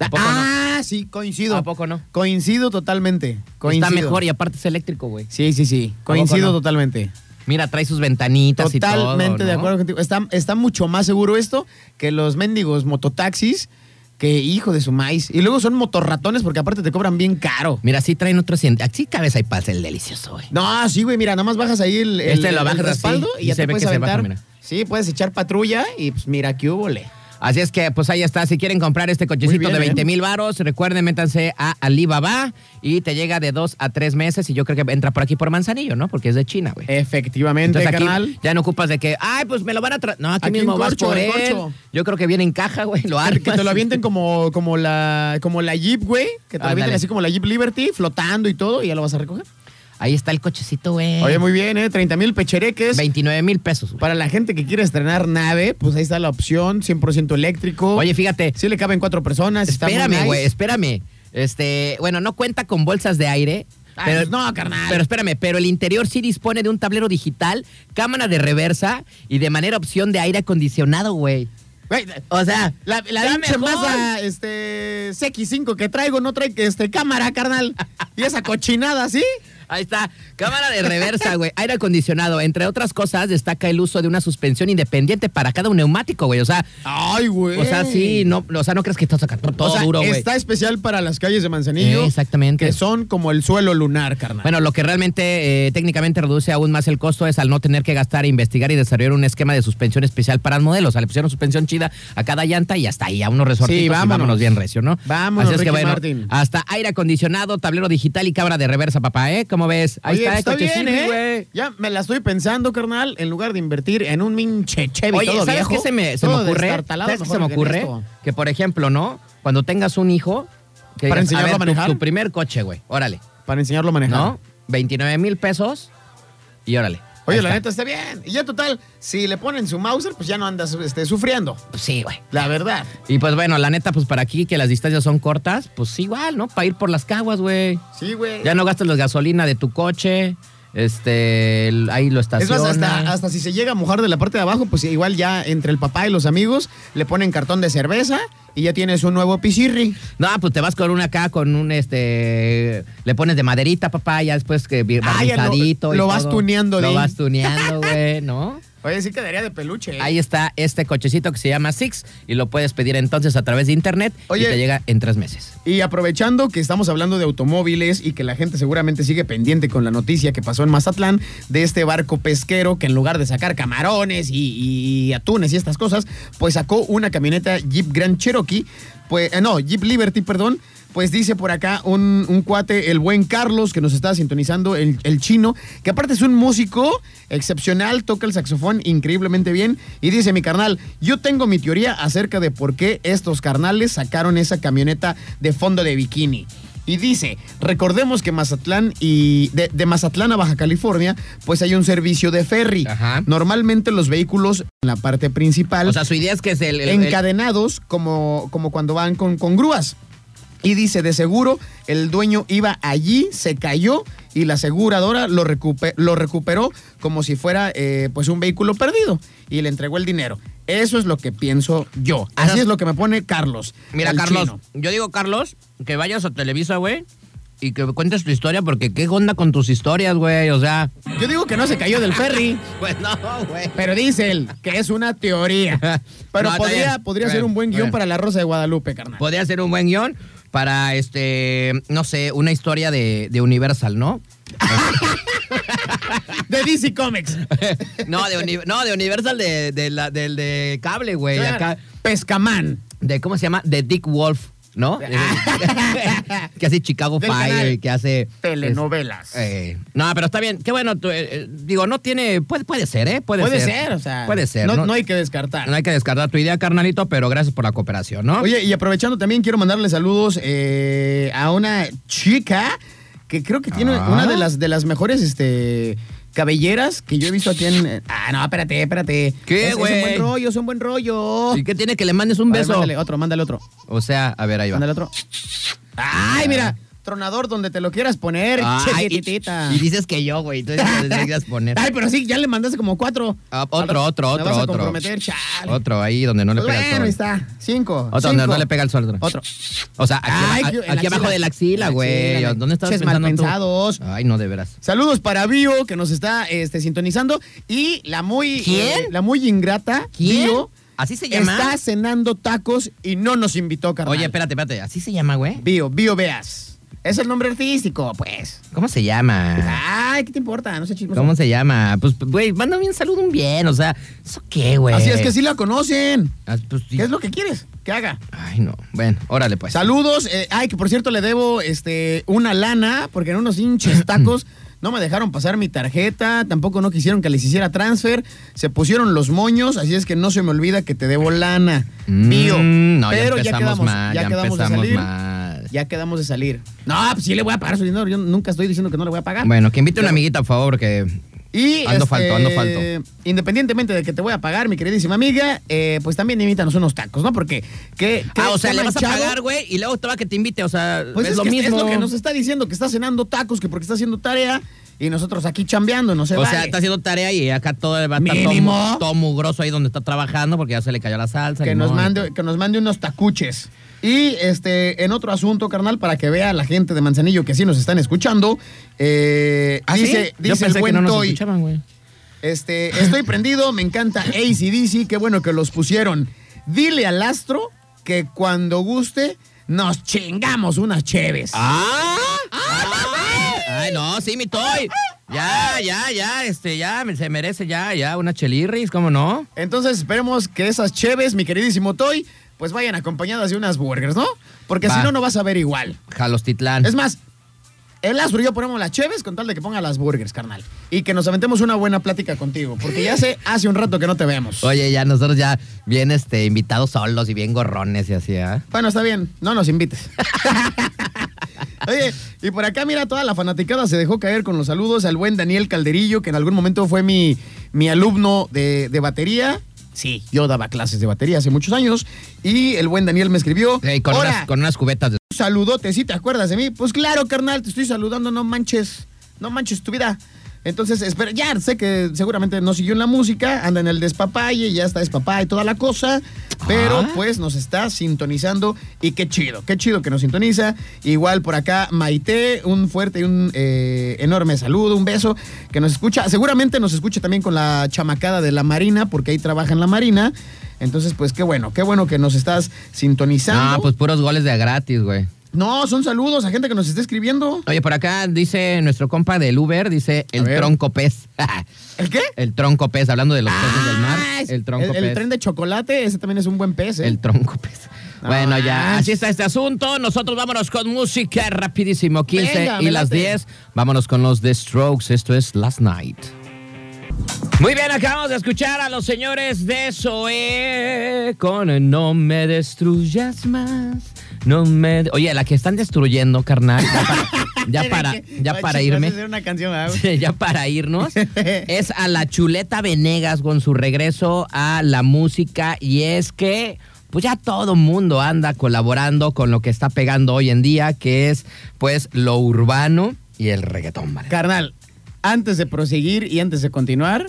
Speaker 4: ¿A poco no?
Speaker 5: Ah, sí, coincido.
Speaker 4: ¿A poco no?
Speaker 5: Coincido totalmente. Coincido.
Speaker 4: Está mejor y aparte es eléctrico, güey.
Speaker 5: Sí, sí, sí.
Speaker 4: poco
Speaker 5: Coincido
Speaker 4: no?
Speaker 5: totalmente.
Speaker 4: Mira, trae sus ventanitas y todo.
Speaker 5: Totalmente de
Speaker 4: ¿no?
Speaker 5: acuerdo contigo. Está, está mucho más seguro esto que los mendigos mototaxis Que hijo de su maíz. Y luego son motorratones porque aparte te cobran bien caro.
Speaker 4: Mira, sí traen otros 100. Aquí cabeza y pasa el delicioso, güey.
Speaker 5: No, sí, güey, mira, nada más bajas ahí el, el-
Speaker 4: Este lo
Speaker 5: el
Speaker 4: bajas así
Speaker 5: respaldo y,
Speaker 4: y
Speaker 5: ya
Speaker 4: se
Speaker 5: te
Speaker 4: ve
Speaker 5: puedes
Speaker 4: que se baja,
Speaker 5: aventar.
Speaker 4: mira.
Speaker 5: sí, puedes echar patrulla y pues mira, qué húbole.
Speaker 4: Así es que, pues ahí está. Si quieren comprar este cochecito
Speaker 5: bien,
Speaker 4: de
Speaker 5: ¿eh?
Speaker 4: 20 mil varos, recuerden, métanse a Alibaba y te llega de dos a tres meses. Y yo creo que entra por aquí por Manzanillo, ¿no? Porque es de China, güey.
Speaker 5: Efectivamente,
Speaker 4: Entonces aquí
Speaker 5: carnal.
Speaker 4: ya no ocupas de que, ay, pues me lo van a traer. No, aquí,
Speaker 5: Aquí
Speaker 4: mismo
Speaker 5: en
Speaker 4: vas
Speaker 5: corcho,
Speaker 4: por
Speaker 5: en
Speaker 4: él.
Speaker 5: corcho.
Speaker 4: Yo creo que viene en caja, güey. Lo
Speaker 5: Que te lo
Speaker 4: armas.
Speaker 5: avienten como, como, la, como la Jeep, güey. Que te lo avienten
Speaker 4: Ándale.
Speaker 5: así como la Jeep Liberty, flotando y todo, y ya lo vas a recoger.
Speaker 4: Ahí está el cochecito, güey.
Speaker 5: Oye, muy bien, ¿eh? 30 mil pechereques.
Speaker 4: 29 mil pesos, güey.
Speaker 5: Para la gente que quiere estrenar nave, pues ahí está la opción, 100% eléctrico.
Speaker 4: Oye, fíjate.
Speaker 5: Sí le caben cuatro personas. está muy
Speaker 4: Espérame,
Speaker 5: nice.
Speaker 4: güey, espérame. Este, bueno, no cuenta con bolsas de aire.
Speaker 5: Ah,
Speaker 4: Pero,
Speaker 5: pues no, carnal.
Speaker 4: Pero espérame, pero el interior sí dispone de un tablero digital, cámara de reversa y de manera opción de aire acondicionado, güey.
Speaker 5: Güey,
Speaker 4: O sea,
Speaker 5: la, la
Speaker 4: está
Speaker 5: pinche
Speaker 4: mejor.
Speaker 5: Mazda, este, CX-5 que traigo no trae este, cámara, carnal. Y esa cochinada, ¿sí?
Speaker 4: Ahí está, cámara de reversa, güey, aire acondicionado. Entre otras cosas, destaca el uso de una suspensión independiente para cada neumático, güey. O sea,
Speaker 5: Ay, güey.
Speaker 4: o sea, sí, no, o sea, no crees que estás sacando todo
Speaker 5: O sea,
Speaker 4: duro, güey.
Speaker 5: Está especial para las calles de Manzanillo.
Speaker 4: Eh, exactamente.
Speaker 5: Que son como el suelo lunar, carnal.
Speaker 4: Bueno, lo que realmente eh, técnicamente reduce aún más el costo es al no tener que gastar, e investigar y desarrollar un esquema de suspensión especial para el modelo. O sea, le pusieron suspensión chida a cada llanta y hasta ahí, a unos resortitos
Speaker 5: Sí,
Speaker 4: y
Speaker 5: vámonos.
Speaker 4: vámonos bien recio, ¿no?
Speaker 5: Vámonos,
Speaker 4: Así es que
Speaker 5: Ricky
Speaker 4: bueno,
Speaker 5: Martin.
Speaker 4: hasta aire acondicionado, tablero digital y cámara de reversa, papá, ¿eh? ¿Cómo ves? Ahí
Speaker 5: Oye,
Speaker 4: está,
Speaker 5: pues,
Speaker 4: el
Speaker 5: está bien,
Speaker 4: cochecito,
Speaker 5: ¿eh?
Speaker 4: güey.
Speaker 5: Ya me la estoy pensando, carnal, en lugar de invertir en un minche Chevy
Speaker 4: Oye,
Speaker 5: todo
Speaker 4: ¿sabes
Speaker 5: viejo,
Speaker 4: qué se me, se me
Speaker 5: todo
Speaker 4: ocurre?
Speaker 5: destartalado,
Speaker 4: ¿Sabes qué se me
Speaker 5: mejor que en
Speaker 4: ocurre?
Speaker 5: esto.
Speaker 4: Que, por ejemplo, ¿no? Cuando tengas un hijo... Que
Speaker 5: ¿Para
Speaker 4: digas, a
Speaker 5: enseñarlo
Speaker 4: ver,
Speaker 5: a
Speaker 4: tu-
Speaker 5: manejar?
Speaker 4: Tu, primer coche, güey, órale,
Speaker 5: Para enseñarlo a manejar.
Speaker 4: ¿no? 29 mil pesos y órale.
Speaker 5: Oye,
Speaker 4: Ahí
Speaker 5: la
Speaker 4: está.
Speaker 5: neta está bien. Y ya total, si le ponen su Mauser, pues ya no andas este, sufriendo.
Speaker 4: Pues sí, güey.
Speaker 5: La verdad.
Speaker 4: Y pues bueno, la neta, pues para aquí que las distancias son cortas, pues igual, ¿no? Para ir por las caguas, güey.
Speaker 5: Sí, güey.
Speaker 4: Ya no gastas la gasolina de tu coche, este, el- ahí lo
Speaker 5: Es
Speaker 4: estacionas.
Speaker 5: más, hasta, hasta si se llega a mojar de la parte de abajo, pues igual ya entre el papá y los amigos le ponen cartón de cerveza y ya tienes un nuevo pisirri.
Speaker 4: No, pues te vas con una acá, con un, este, le pones de maderita, papá, ya después que bi-
Speaker 5: Ah, ya lo-
Speaker 4: barnizadito y
Speaker 5: lo vas
Speaker 4: todo.
Speaker 5: tuneando,
Speaker 4: Lo
Speaker 5: Di.
Speaker 4: vas tuneando, güey, ¿no?
Speaker 5: Oye, sí quedaría de peluche. ¿eh?
Speaker 4: Ahí está este cochecito que se llama Six y lo puedes pedir entonces a través de internet y
Speaker 5: Oye.
Speaker 4: te llega en tres meses.
Speaker 5: Y aprovechando que estamos hablando de automóviles y que la gente seguramente sigue pendiente con la noticia que pasó en Mazatlán de este barco pesquero que en lugar de sacar camarones y, y atunes y estas cosas, pues sacó una camioneta Jeep Grand Cherokee, pues eh, no, Jeep Liberty, perdón. Pues dice por acá un, un cuate, el buen Carlos, que nos está sintonizando, el, el chino, que aparte es un músico excepcional, toca el saxofón increíblemente bien. Y dice, mi carnal, yo tengo mi teoría acerca de por qué estos carnales sacaron esa camioneta de fondo de bikini. Y dice, recordemos que Mazatlán y de, de Mazatlán a Baja California, pues hay un servicio de ferry.
Speaker 4: Ajá.
Speaker 5: Normalmente los vehículos en la parte principal
Speaker 4: O sea, su idea es que es el... el- el-
Speaker 5: encadenados como, como cuando van con, con grúas. Y dice, de seguro, el dueño iba allí, se cayó y la aseguradora lo, recupe- lo recuperó como si fuera eh, pues un vehículo perdido y le entregó el dinero. Eso es lo que pienso yo. Así es lo que me pone Carlos.
Speaker 4: Mira,
Speaker 5: el
Speaker 4: Carlos,
Speaker 5: chino.
Speaker 4: yo digo, Carlos, que vayas a Televisa, güey, y que cuentes tu historia, porque qué onda con tus historias, güey, o sea...
Speaker 5: Yo digo que no se cayó del ferry.
Speaker 4: Pues no, güey.
Speaker 5: Pero dice él que es una teoría. Pero
Speaker 4: No, está
Speaker 5: podría,
Speaker 4: bien.
Speaker 5: podría
Speaker 4: Está
Speaker 5: ser
Speaker 4: bien,
Speaker 5: un buen
Speaker 4: está
Speaker 5: guión
Speaker 4: bien.
Speaker 5: para La Rosa de Guadalupe, carnal.
Speaker 4: Podría ser un buen guión para, este, no sé, una historia de, de Universal, ¿no?
Speaker 5: De DC Comics.
Speaker 4: no, de Uni- no, de Universal de, de la- del de cable, güey, de acá.
Speaker 5: Pescamán.
Speaker 4: De, ¿cómo se llama? De Dick Wolf, ¿no? que hace Chicago
Speaker 5: Del canal.
Speaker 4: Fire, que hace...
Speaker 5: Telenovelas.
Speaker 4: Eh, no, pero está bien. Qué bueno. tú, eh, eh, digo, no tiene. Puede, puede ser, ¿eh? Puede,
Speaker 5: Puede
Speaker 4: ser.
Speaker 5: ser, o sea.
Speaker 4: Puede ser.
Speaker 5: No, no hay que descartar.
Speaker 4: no hay que descartar tu idea, carnalito, pero gracias por la cooperación, ¿no?
Speaker 5: Oye, y aprovechando también quiero mandarle saludos eh, a una chica que creo que tiene
Speaker 4: Ah.
Speaker 5: una de las, de las mejores este, cabelleras que yo he visto aquí en... Ah, no, espérate, espérate.
Speaker 4: ¿Qué,
Speaker 5: Es- Es,
Speaker 4: güey?
Speaker 5: un buen rollo, es un buen rollo.
Speaker 4: ¿Y qué tiene que le mandes un
Speaker 5: A ver,
Speaker 4: beso?
Speaker 5: mándale otro, mándale otro.
Speaker 4: o sea, a ver, ahí va.
Speaker 5: Mándale otro. ¡Ay, mira! Tronador donde te lo quieras poner,
Speaker 4: Ay, y,
Speaker 5: chiquitita.
Speaker 4: y dices que yo, güey. Entonces te quieras poner.
Speaker 5: Ay, pero sí, ya le mandaste como cuatro.
Speaker 4: Ah, otro, otro,
Speaker 5: Me
Speaker 4: otro,
Speaker 5: vas a
Speaker 4: otro.
Speaker 5: comprometer, chale.
Speaker 4: Otro ahí donde no le
Speaker 5: Pues
Speaker 4: pega
Speaker 5: bueno, ahí
Speaker 4: el sol.
Speaker 5: está. Cinco.
Speaker 4: Otro
Speaker 5: cinco.
Speaker 4: donde no le pega el sol.
Speaker 5: Otro.
Speaker 4: O sea, aquí,
Speaker 5: Ay,
Speaker 4: aba-
Speaker 5: que- en la
Speaker 4: aquí abajo
Speaker 5: axila.
Speaker 4: de la axila,
Speaker 5: En la
Speaker 4: güey.
Speaker 5: axila,
Speaker 4: ¿Dónde estabas
Speaker 5: pinches mal
Speaker 4: pensando tú?
Speaker 5: pensados.
Speaker 4: Ay, no, de veras.
Speaker 5: Saludos para Bio, que nos está este, sintonizando. Y la muy.
Speaker 4: ¿Quién?
Speaker 5: eh, la muy ingrata.
Speaker 4: ¿Quién?
Speaker 5: Bio,
Speaker 4: ¿Así se llama?
Speaker 5: Está cenando tacos y no nos invitó, carnal.
Speaker 4: Oye, espérate, espérate. ¿Así se llama, güey?
Speaker 5: Bio, Bio Beas. Es el nombre artístico, pues.
Speaker 4: ¿Cómo se llama?
Speaker 5: Ay, ¿qué te importa? No sé chismoso.
Speaker 4: ¿Cómo se llama? Pues, güey, mándame un saludo un bien. O sea, ¿eso qué, güey?
Speaker 5: Así es que sí la conocen.
Speaker 4: Ah, pues, sí.
Speaker 5: ¿Qué es lo que quieres? Que haga.
Speaker 4: Ay, no. Bueno, órale, pues.
Speaker 5: Saludos. eh, ay, que por cierto le debo este una lana, porque en unos hinches tacos no me dejaron pasar mi tarjeta, tampoco no quisieron que les hiciera transfer, se pusieron los moños, así es que no se me olvida que te debo lana.
Speaker 4: Mm,
Speaker 5: Pío.
Speaker 4: no, ya
Speaker 5: Pero ya,
Speaker 4: empezamos
Speaker 5: quedamos,
Speaker 4: mal,
Speaker 5: ya,
Speaker 4: ya
Speaker 5: quedamos de
Speaker 4: empezamos
Speaker 5: salir.
Speaker 4: mal.
Speaker 5: Ya quedamos de salir. No, pues sí le voy a pagar su dinero, yo nunca estoy diciendo que no le voy a pagar.
Speaker 4: Bueno, que invite a
Speaker 5: Pero-
Speaker 4: una amiguita, por favor, ah, que...
Speaker 5: y
Speaker 4: Ando
Speaker 5: este,
Speaker 4: falto, ando falto.
Speaker 5: Independientemente de que te voy a pagar, mi queridísima amiga, eh, pues también invítanos unos tacos, ¿no? Porque que
Speaker 4: Ah, o sea, le vas a pagar, güey, y luego te va a que te invite, o sea,
Speaker 5: Pues
Speaker 4: es,
Speaker 5: es,
Speaker 4: lo
Speaker 5: que
Speaker 4: mismo.
Speaker 5: Es lo que nos está diciendo, que está cenando tacos, que porque está haciendo tarea y nosotros aquí chambeando, no se
Speaker 4: o sea,
Speaker 5: vale.
Speaker 4: está haciendo tarea y acá todo va a estar todo,
Speaker 5: Mínimo.
Speaker 4: mu- todo mugroso ahí donde está trabajando porque ya se le cayó la salsa.
Speaker 5: que
Speaker 4: ni
Speaker 5: nos
Speaker 4: modo.
Speaker 5: mande que nos mande unos tacuches. Y este en otro asunto, carnal, para que vea la gente de Manzanillo que sí nos están escuchando, eh,
Speaker 4: ¿Ah, sí?
Speaker 5: dice,
Speaker 4: Yo
Speaker 5: dice el
Speaker 4: pensé que
Speaker 5: buen
Speaker 4: no nos
Speaker 5: Toy,
Speaker 4: escuchaban, güey.
Speaker 5: este, estoy prendido, me encanta ACDC, qué bueno que los pusieron. Dile al astro que cuando guste nos chingamos unas cheves.
Speaker 4: ¡Ah! Ay, no, sí, mi Toy. Ya, ya, ya, este, ya, me- se merece ya, ya, una chelirris, ¿cómo no?
Speaker 5: Entonces esperemos que esas cheves, mi queridísimo Toy, pues vayan acompañadas de unas burgers, ¿no? Porque
Speaker 4: Va.
Speaker 5: si no, no vas a ver igual.
Speaker 4: Jalostitlán.
Speaker 5: Es más, el Astro y yo ponemos las cheves con tal de que ponga las burgers, carnal. Y que nos aventemos una buena plática contigo, porque ya sé, hace un rato que no te vemos.
Speaker 4: Oye, ya nosotros ya bien este, invitados solos y bien gorrones y así, ¿ah?
Speaker 5: Bueno, está bien, no nos invites. Oye, y por acá, mira, toda la fanaticada se dejó caer con los saludos al buen Daniel Calderillo, que en algún momento fue mi, mi alumno de, de batería. Sí, yo daba clases de batería hace muchos años. Y el buen Daniel me escribió.
Speaker 4: Sí, con,
Speaker 5: "Ora,
Speaker 4: unas, con unas cubetas de...
Speaker 5: un saludote, ¿sí te acuerdas de mí? Pues claro, carnal, te estoy saludando, no manches, no manches tu vida. Entonces, espera, ya sé que seguramente no siguió en la música, anda en el despapalle, ya está despapá y toda la cosa, pero
Speaker 4: Ah.
Speaker 5: pues nos está sintonizando y qué chido, qué chido que nos sintoniza. Igual por acá Maite, un fuerte y un eh, enorme saludo, un beso, que nos escucha, seguramente nos escucha también con la chamacada de la Marina, porque ahí trabaja en la Marina. Entonces, pues qué bueno, qué bueno que nos estás sintonizando.
Speaker 4: Ah, pues puros goles de a gratis, güey.
Speaker 5: No, son saludos a gente que nos está escribiendo.
Speaker 4: Oye, por acá dice nuestro compa del Uber, dice el
Speaker 5: ver.
Speaker 4: tronco pez.
Speaker 5: ¿El qué?
Speaker 4: el tronco pez, hablando de los peces del mar.
Speaker 5: Ah, es-
Speaker 4: El tronco
Speaker 5: el,
Speaker 4: pez.
Speaker 5: tren de chocolate, ese también es un buen pez, ¿eh? Ah,
Speaker 4: El tronco pez.
Speaker 5: No
Speaker 4: Bueno, ya,
Speaker 5: manches.
Speaker 4: así está este asunto. Nosotros vámonos con música rapidísimo. 15
Speaker 5: Venga,
Speaker 4: y
Speaker 5: me
Speaker 4: las
Speaker 5: late.
Speaker 4: 10. Vámonos con los The Strokes. Esto es Last Night. Muy bien, acabamos de escuchar a los señores de Zoe con el No me destruyas más. No me. Oye, la que están destruyendo, carnal. Ya para, ya para, ya
Speaker 5: Ay,
Speaker 4: para
Speaker 5: chis,
Speaker 4: irme.
Speaker 5: vas a hacer una canción, ¿ah?
Speaker 4: Sí, ya para irnos, es a la chuleta Venegas con su regreso a la música y es que pues ya todo mundo anda colaborando con lo que está pegando hoy en día, que es pues lo urbano y el reggaetón. ¿vale?
Speaker 5: Carnal, antes de proseguir y antes de continuar,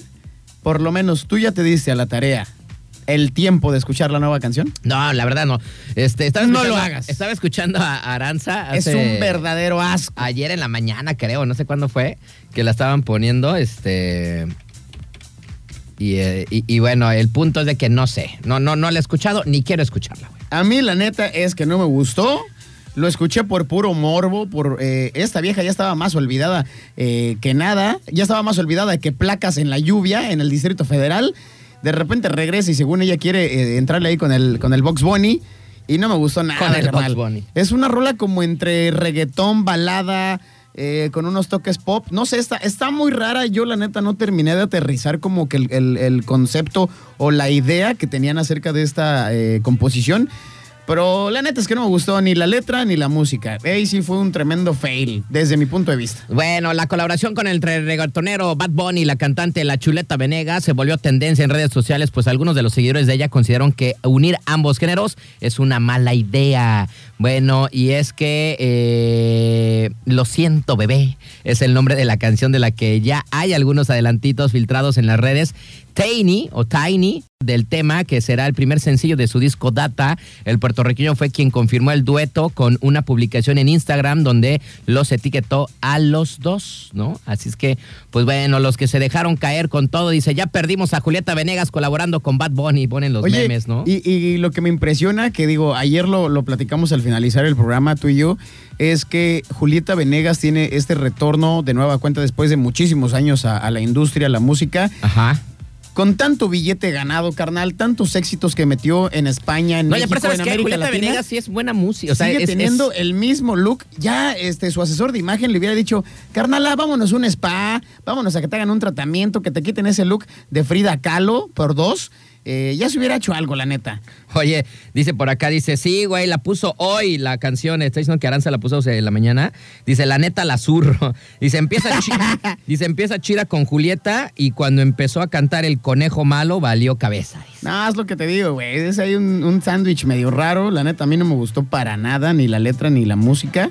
Speaker 5: por lo menos tú ya te diste a la tarea el tiempo de escuchar la nueva canción.
Speaker 4: No, la verdad no. Este, estaba
Speaker 5: No lo
Speaker 4: escuchando-
Speaker 5: hagas.
Speaker 4: Estaba escuchando a Aranza.
Speaker 5: Es un verdadero asco.
Speaker 4: Ayer en la mañana, creo, no sé cuándo fue, que la estaban poniendo, este. Y, eh, y- y bueno, el punto es de que no sé. No, no, no la he escuchado ni quiero escucharla, güey.
Speaker 5: A mí la neta es que no me gustó. Lo escuché por puro morbo, por eh, esta vieja ya estaba más olvidada eh, que nada, ya estaba más olvidada que placas en la lluvia en el Distrito Federal. De repente regresa y según ella quiere eh, entrarle ahí con el con el Box Bunny y no me gustó nada.
Speaker 4: Con el Bugs
Speaker 5: carnal.
Speaker 4: Bunny.
Speaker 5: Es una rola como entre reggaetón, balada, eh, con unos toques pop. No sé, está, está muy rara. Yo la neta no terminé de aterrizar como que el, el- el concepto o la idea que tenían acerca de esta eh, composición. Pero la neta es que no me gustó ni la letra ni la música. Ey, sí fue un tremendo fail desde mi punto de vista.
Speaker 4: Bueno, la colaboración con el re- reggaetonero Bad Bunny y la cantante La Chuleta Venegas se volvió tendencia en redes sociales, pues algunos de los seguidores de ella consideraron que unir ambos géneros es una mala idea. Bueno, y es que eh, Lo siento, bebé, es el nombre de la canción de la que ya hay algunos adelantitos filtrados en las redes. Tiny o Tiny del tema, que será el primer sencillo de su disco Data. El puertorriqueño fue quien confirmó el dueto con una publicación en Instagram donde los etiquetó a los dos, ¿no? Así es que, pues bueno, los que se dejaron caer con todo, dice, ya perdimos a Julieta Venegas colaborando con Bad Bunny, ponen los
Speaker 5: Oye,
Speaker 4: memes, ¿no?
Speaker 5: Y, y lo que me impresiona, que digo, ayer lo, lo platicamos al finalizar el programa, tú y yo, es que Julieta Venegas tiene este retorno de nueva cuenta después de muchísimos años a, a la industria, a la música.
Speaker 4: Ajá.
Speaker 5: Con tanto billete ganado, carnal, tantos éxitos que metió en España, en
Speaker 4: No, ya
Speaker 5: México,
Speaker 4: pero sabes
Speaker 5: en
Speaker 4: que
Speaker 5: América
Speaker 4: Julieta
Speaker 5: Latina,
Speaker 4: Venegas sí es buena música. O sea,
Speaker 5: sigue
Speaker 4: es- es-
Speaker 5: teniendo el mismo look. Ya este, su asesor de imagen le hubiera dicho, carnala, vámonos a un spa, vámonos a que te hagan un tratamiento, que te quiten ese look de Frida Kahlo por dos. Eh, ya se hubiera hecho algo, la neta.
Speaker 4: Oye, dice por acá, dice, sí, güey, la puso hoy la canción. Está diciendo que Aranza la puso o sea, en la mañana. Dice, la neta la zurro. Dice, empieza, chi- dice, empieza chira con Julieta y cuando empezó a cantar el conejo malo, valió cabeza. dice.
Speaker 5: No, es lo que te digo, güey. Es ahí un, un sándwich medio raro. La neta, a mí no me gustó para nada, ni la letra, ni la música.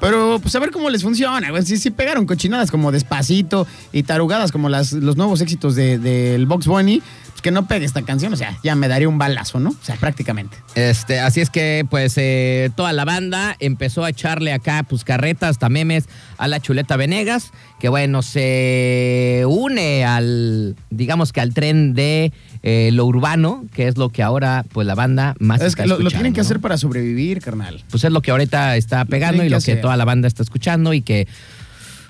Speaker 5: Pero, pues, a ver cómo les funciona, güey. Sí, sí pegaron cochinadas como Despacito y tarugadas como las, los nuevos éxitos de- del Box Bunny. Pues que no pegue esta canción, o sea, ya me daría un balazo, ¿no? O sea, prácticamente.
Speaker 4: Este, así es que, pues, eh, toda la banda empezó a echarle acá, pues, carretas, hasta memes a la chuleta Venegas, que bueno, se une al, digamos que al tren de eh, lo urbano, que es lo que ahora, pues, la banda más
Speaker 5: Es
Speaker 4: está
Speaker 5: que lo, lo
Speaker 4: escuchando,
Speaker 5: tienen que
Speaker 4: ¿no?
Speaker 5: hacer para sobrevivir, carnal.
Speaker 4: pues es lo que ahorita está pegando
Speaker 5: tienen
Speaker 4: y lo
Speaker 5: que
Speaker 4: que
Speaker 5: hacer.
Speaker 4: toda la banda está escuchando y que,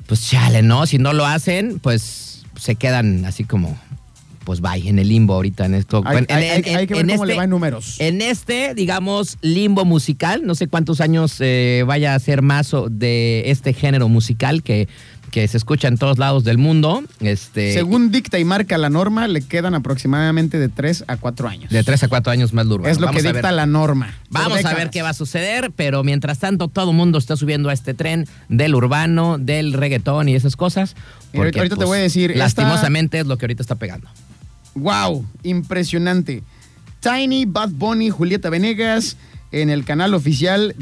Speaker 4: pues chale, ¿no? Si no lo hacen, pues se quedan así como, pues bye, en el limbo ahorita, en esto.
Speaker 5: Hay,
Speaker 4: Bueno, en-
Speaker 5: hay- hay-
Speaker 4: en-
Speaker 5: hay que ver
Speaker 4: en
Speaker 5: cómo le
Speaker 4: este-
Speaker 5: va en números.
Speaker 4: en este, digamos, limbo musical, no sé cuántos años eh, vaya a ser más o- de este género musical que, que se escucha en todos lados del mundo. Este,
Speaker 5: Según dicta y marca la norma, le quedan aproximadamente de 3 a 4 años.
Speaker 4: de tres a cuatro años más lo urbano.
Speaker 5: es lo
Speaker 4: Vamos
Speaker 5: que
Speaker 4: a ver.
Speaker 5: dicta la norma.
Speaker 4: Vamos a ver qué va a suceder, pero mientras tanto todo el mundo está subiendo a este tren del urbano, del reggaetón y esas cosas. pues,
Speaker 5: Y ahorita- ahorita te voy a decir, esta-
Speaker 4: Lastimosamente es lo que ahorita está pegando.
Speaker 5: Wow, impresionante. Tiny, Bad Bunny, Julieta Venegas en el canal oficial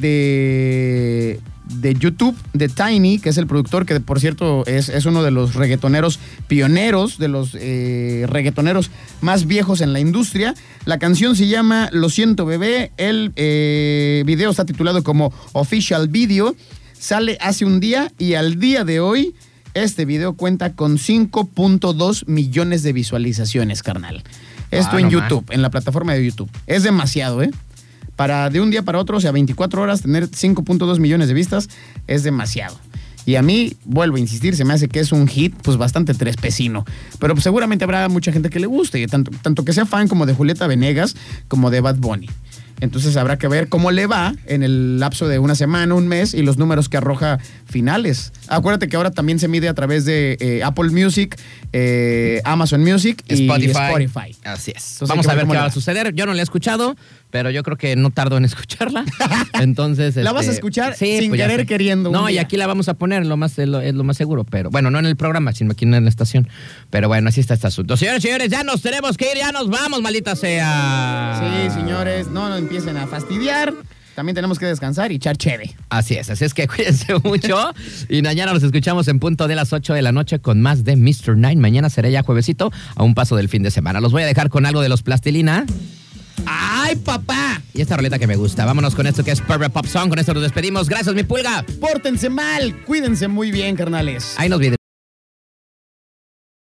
Speaker 5: de, de YouTube de Tiny, que es el productor, que por cierto es, es uno de los reggaetoneros pioneros, de los eh, reggaetoneros más viejos en la industria. La canción se llama Lo siento bebé, el eh, video está titulado como Official Video, sale hace un día y al día de hoy este video cuenta con 5.2 millones de visualizaciones, carnal. Esto
Speaker 4: Ah,
Speaker 5: en
Speaker 4: no
Speaker 5: YouTube, en la plataforma de YouTube. Es demasiado, ¿eh? Para de un día para otro, o sea, 24 horas, tener 5.2 millones de vistas es demasiado. Y a mí, vuelvo a insistir, se me hace que es un hit, pues bastante trespecino. Pero pues, seguramente habrá mucha gente que le guste, tanto, tanto que sea fan como de Julieta Venegas, como de Bad Bunny. Entonces habrá que ver cómo le va en el lapso de una semana, un mes y los números que arroja finales. Acuérdate que ahora también se mide a través de eh, Apple Music, eh, Amazon Music y Spotify.
Speaker 4: Así es.
Speaker 5: Entonces,
Speaker 4: Vamos
Speaker 5: hay que
Speaker 4: a ver
Speaker 5: cómo
Speaker 4: qué
Speaker 5: le
Speaker 4: va a
Speaker 5: va.
Speaker 4: suceder. Yo no la he escuchado, pero yo creo que no tardo en escucharla. Entonces. este, pues
Speaker 5: La vas a escuchar sin
Speaker 4: ya
Speaker 5: querer
Speaker 4: sé.
Speaker 5: queriendo un
Speaker 4: No, y
Speaker 5: día.
Speaker 4: aquí la vamos a poner, lo más, es, lo, es lo más seguro. Pero bueno, no en el programa, sino aquí en la estación. Pero bueno, así está este asunto. Señores, señores, ya nos tenemos que ir, ya nos vamos, maldita sea.
Speaker 5: Sí, señores, no nos empiecen a fastidiar. También tenemos que descansar y echar cheve.
Speaker 4: Así es, así es que cuídense mucho. Y mañana nos escuchamos en punto de las 8 de la noche con más de Mr. Nine. Mañana será ya juevesito a un paso del fin de semana. Los voy a dejar con algo de los plastilina.
Speaker 5: ¡Ay, papá!
Speaker 4: Y esta roleta que me gusta. Vámonos con esto que es Perfect Pop Song. Con esto nos despedimos. Gracias, mi pulga.
Speaker 5: Pórtense mal, cuídense muy bien, carnales.
Speaker 4: Ahí nos vi-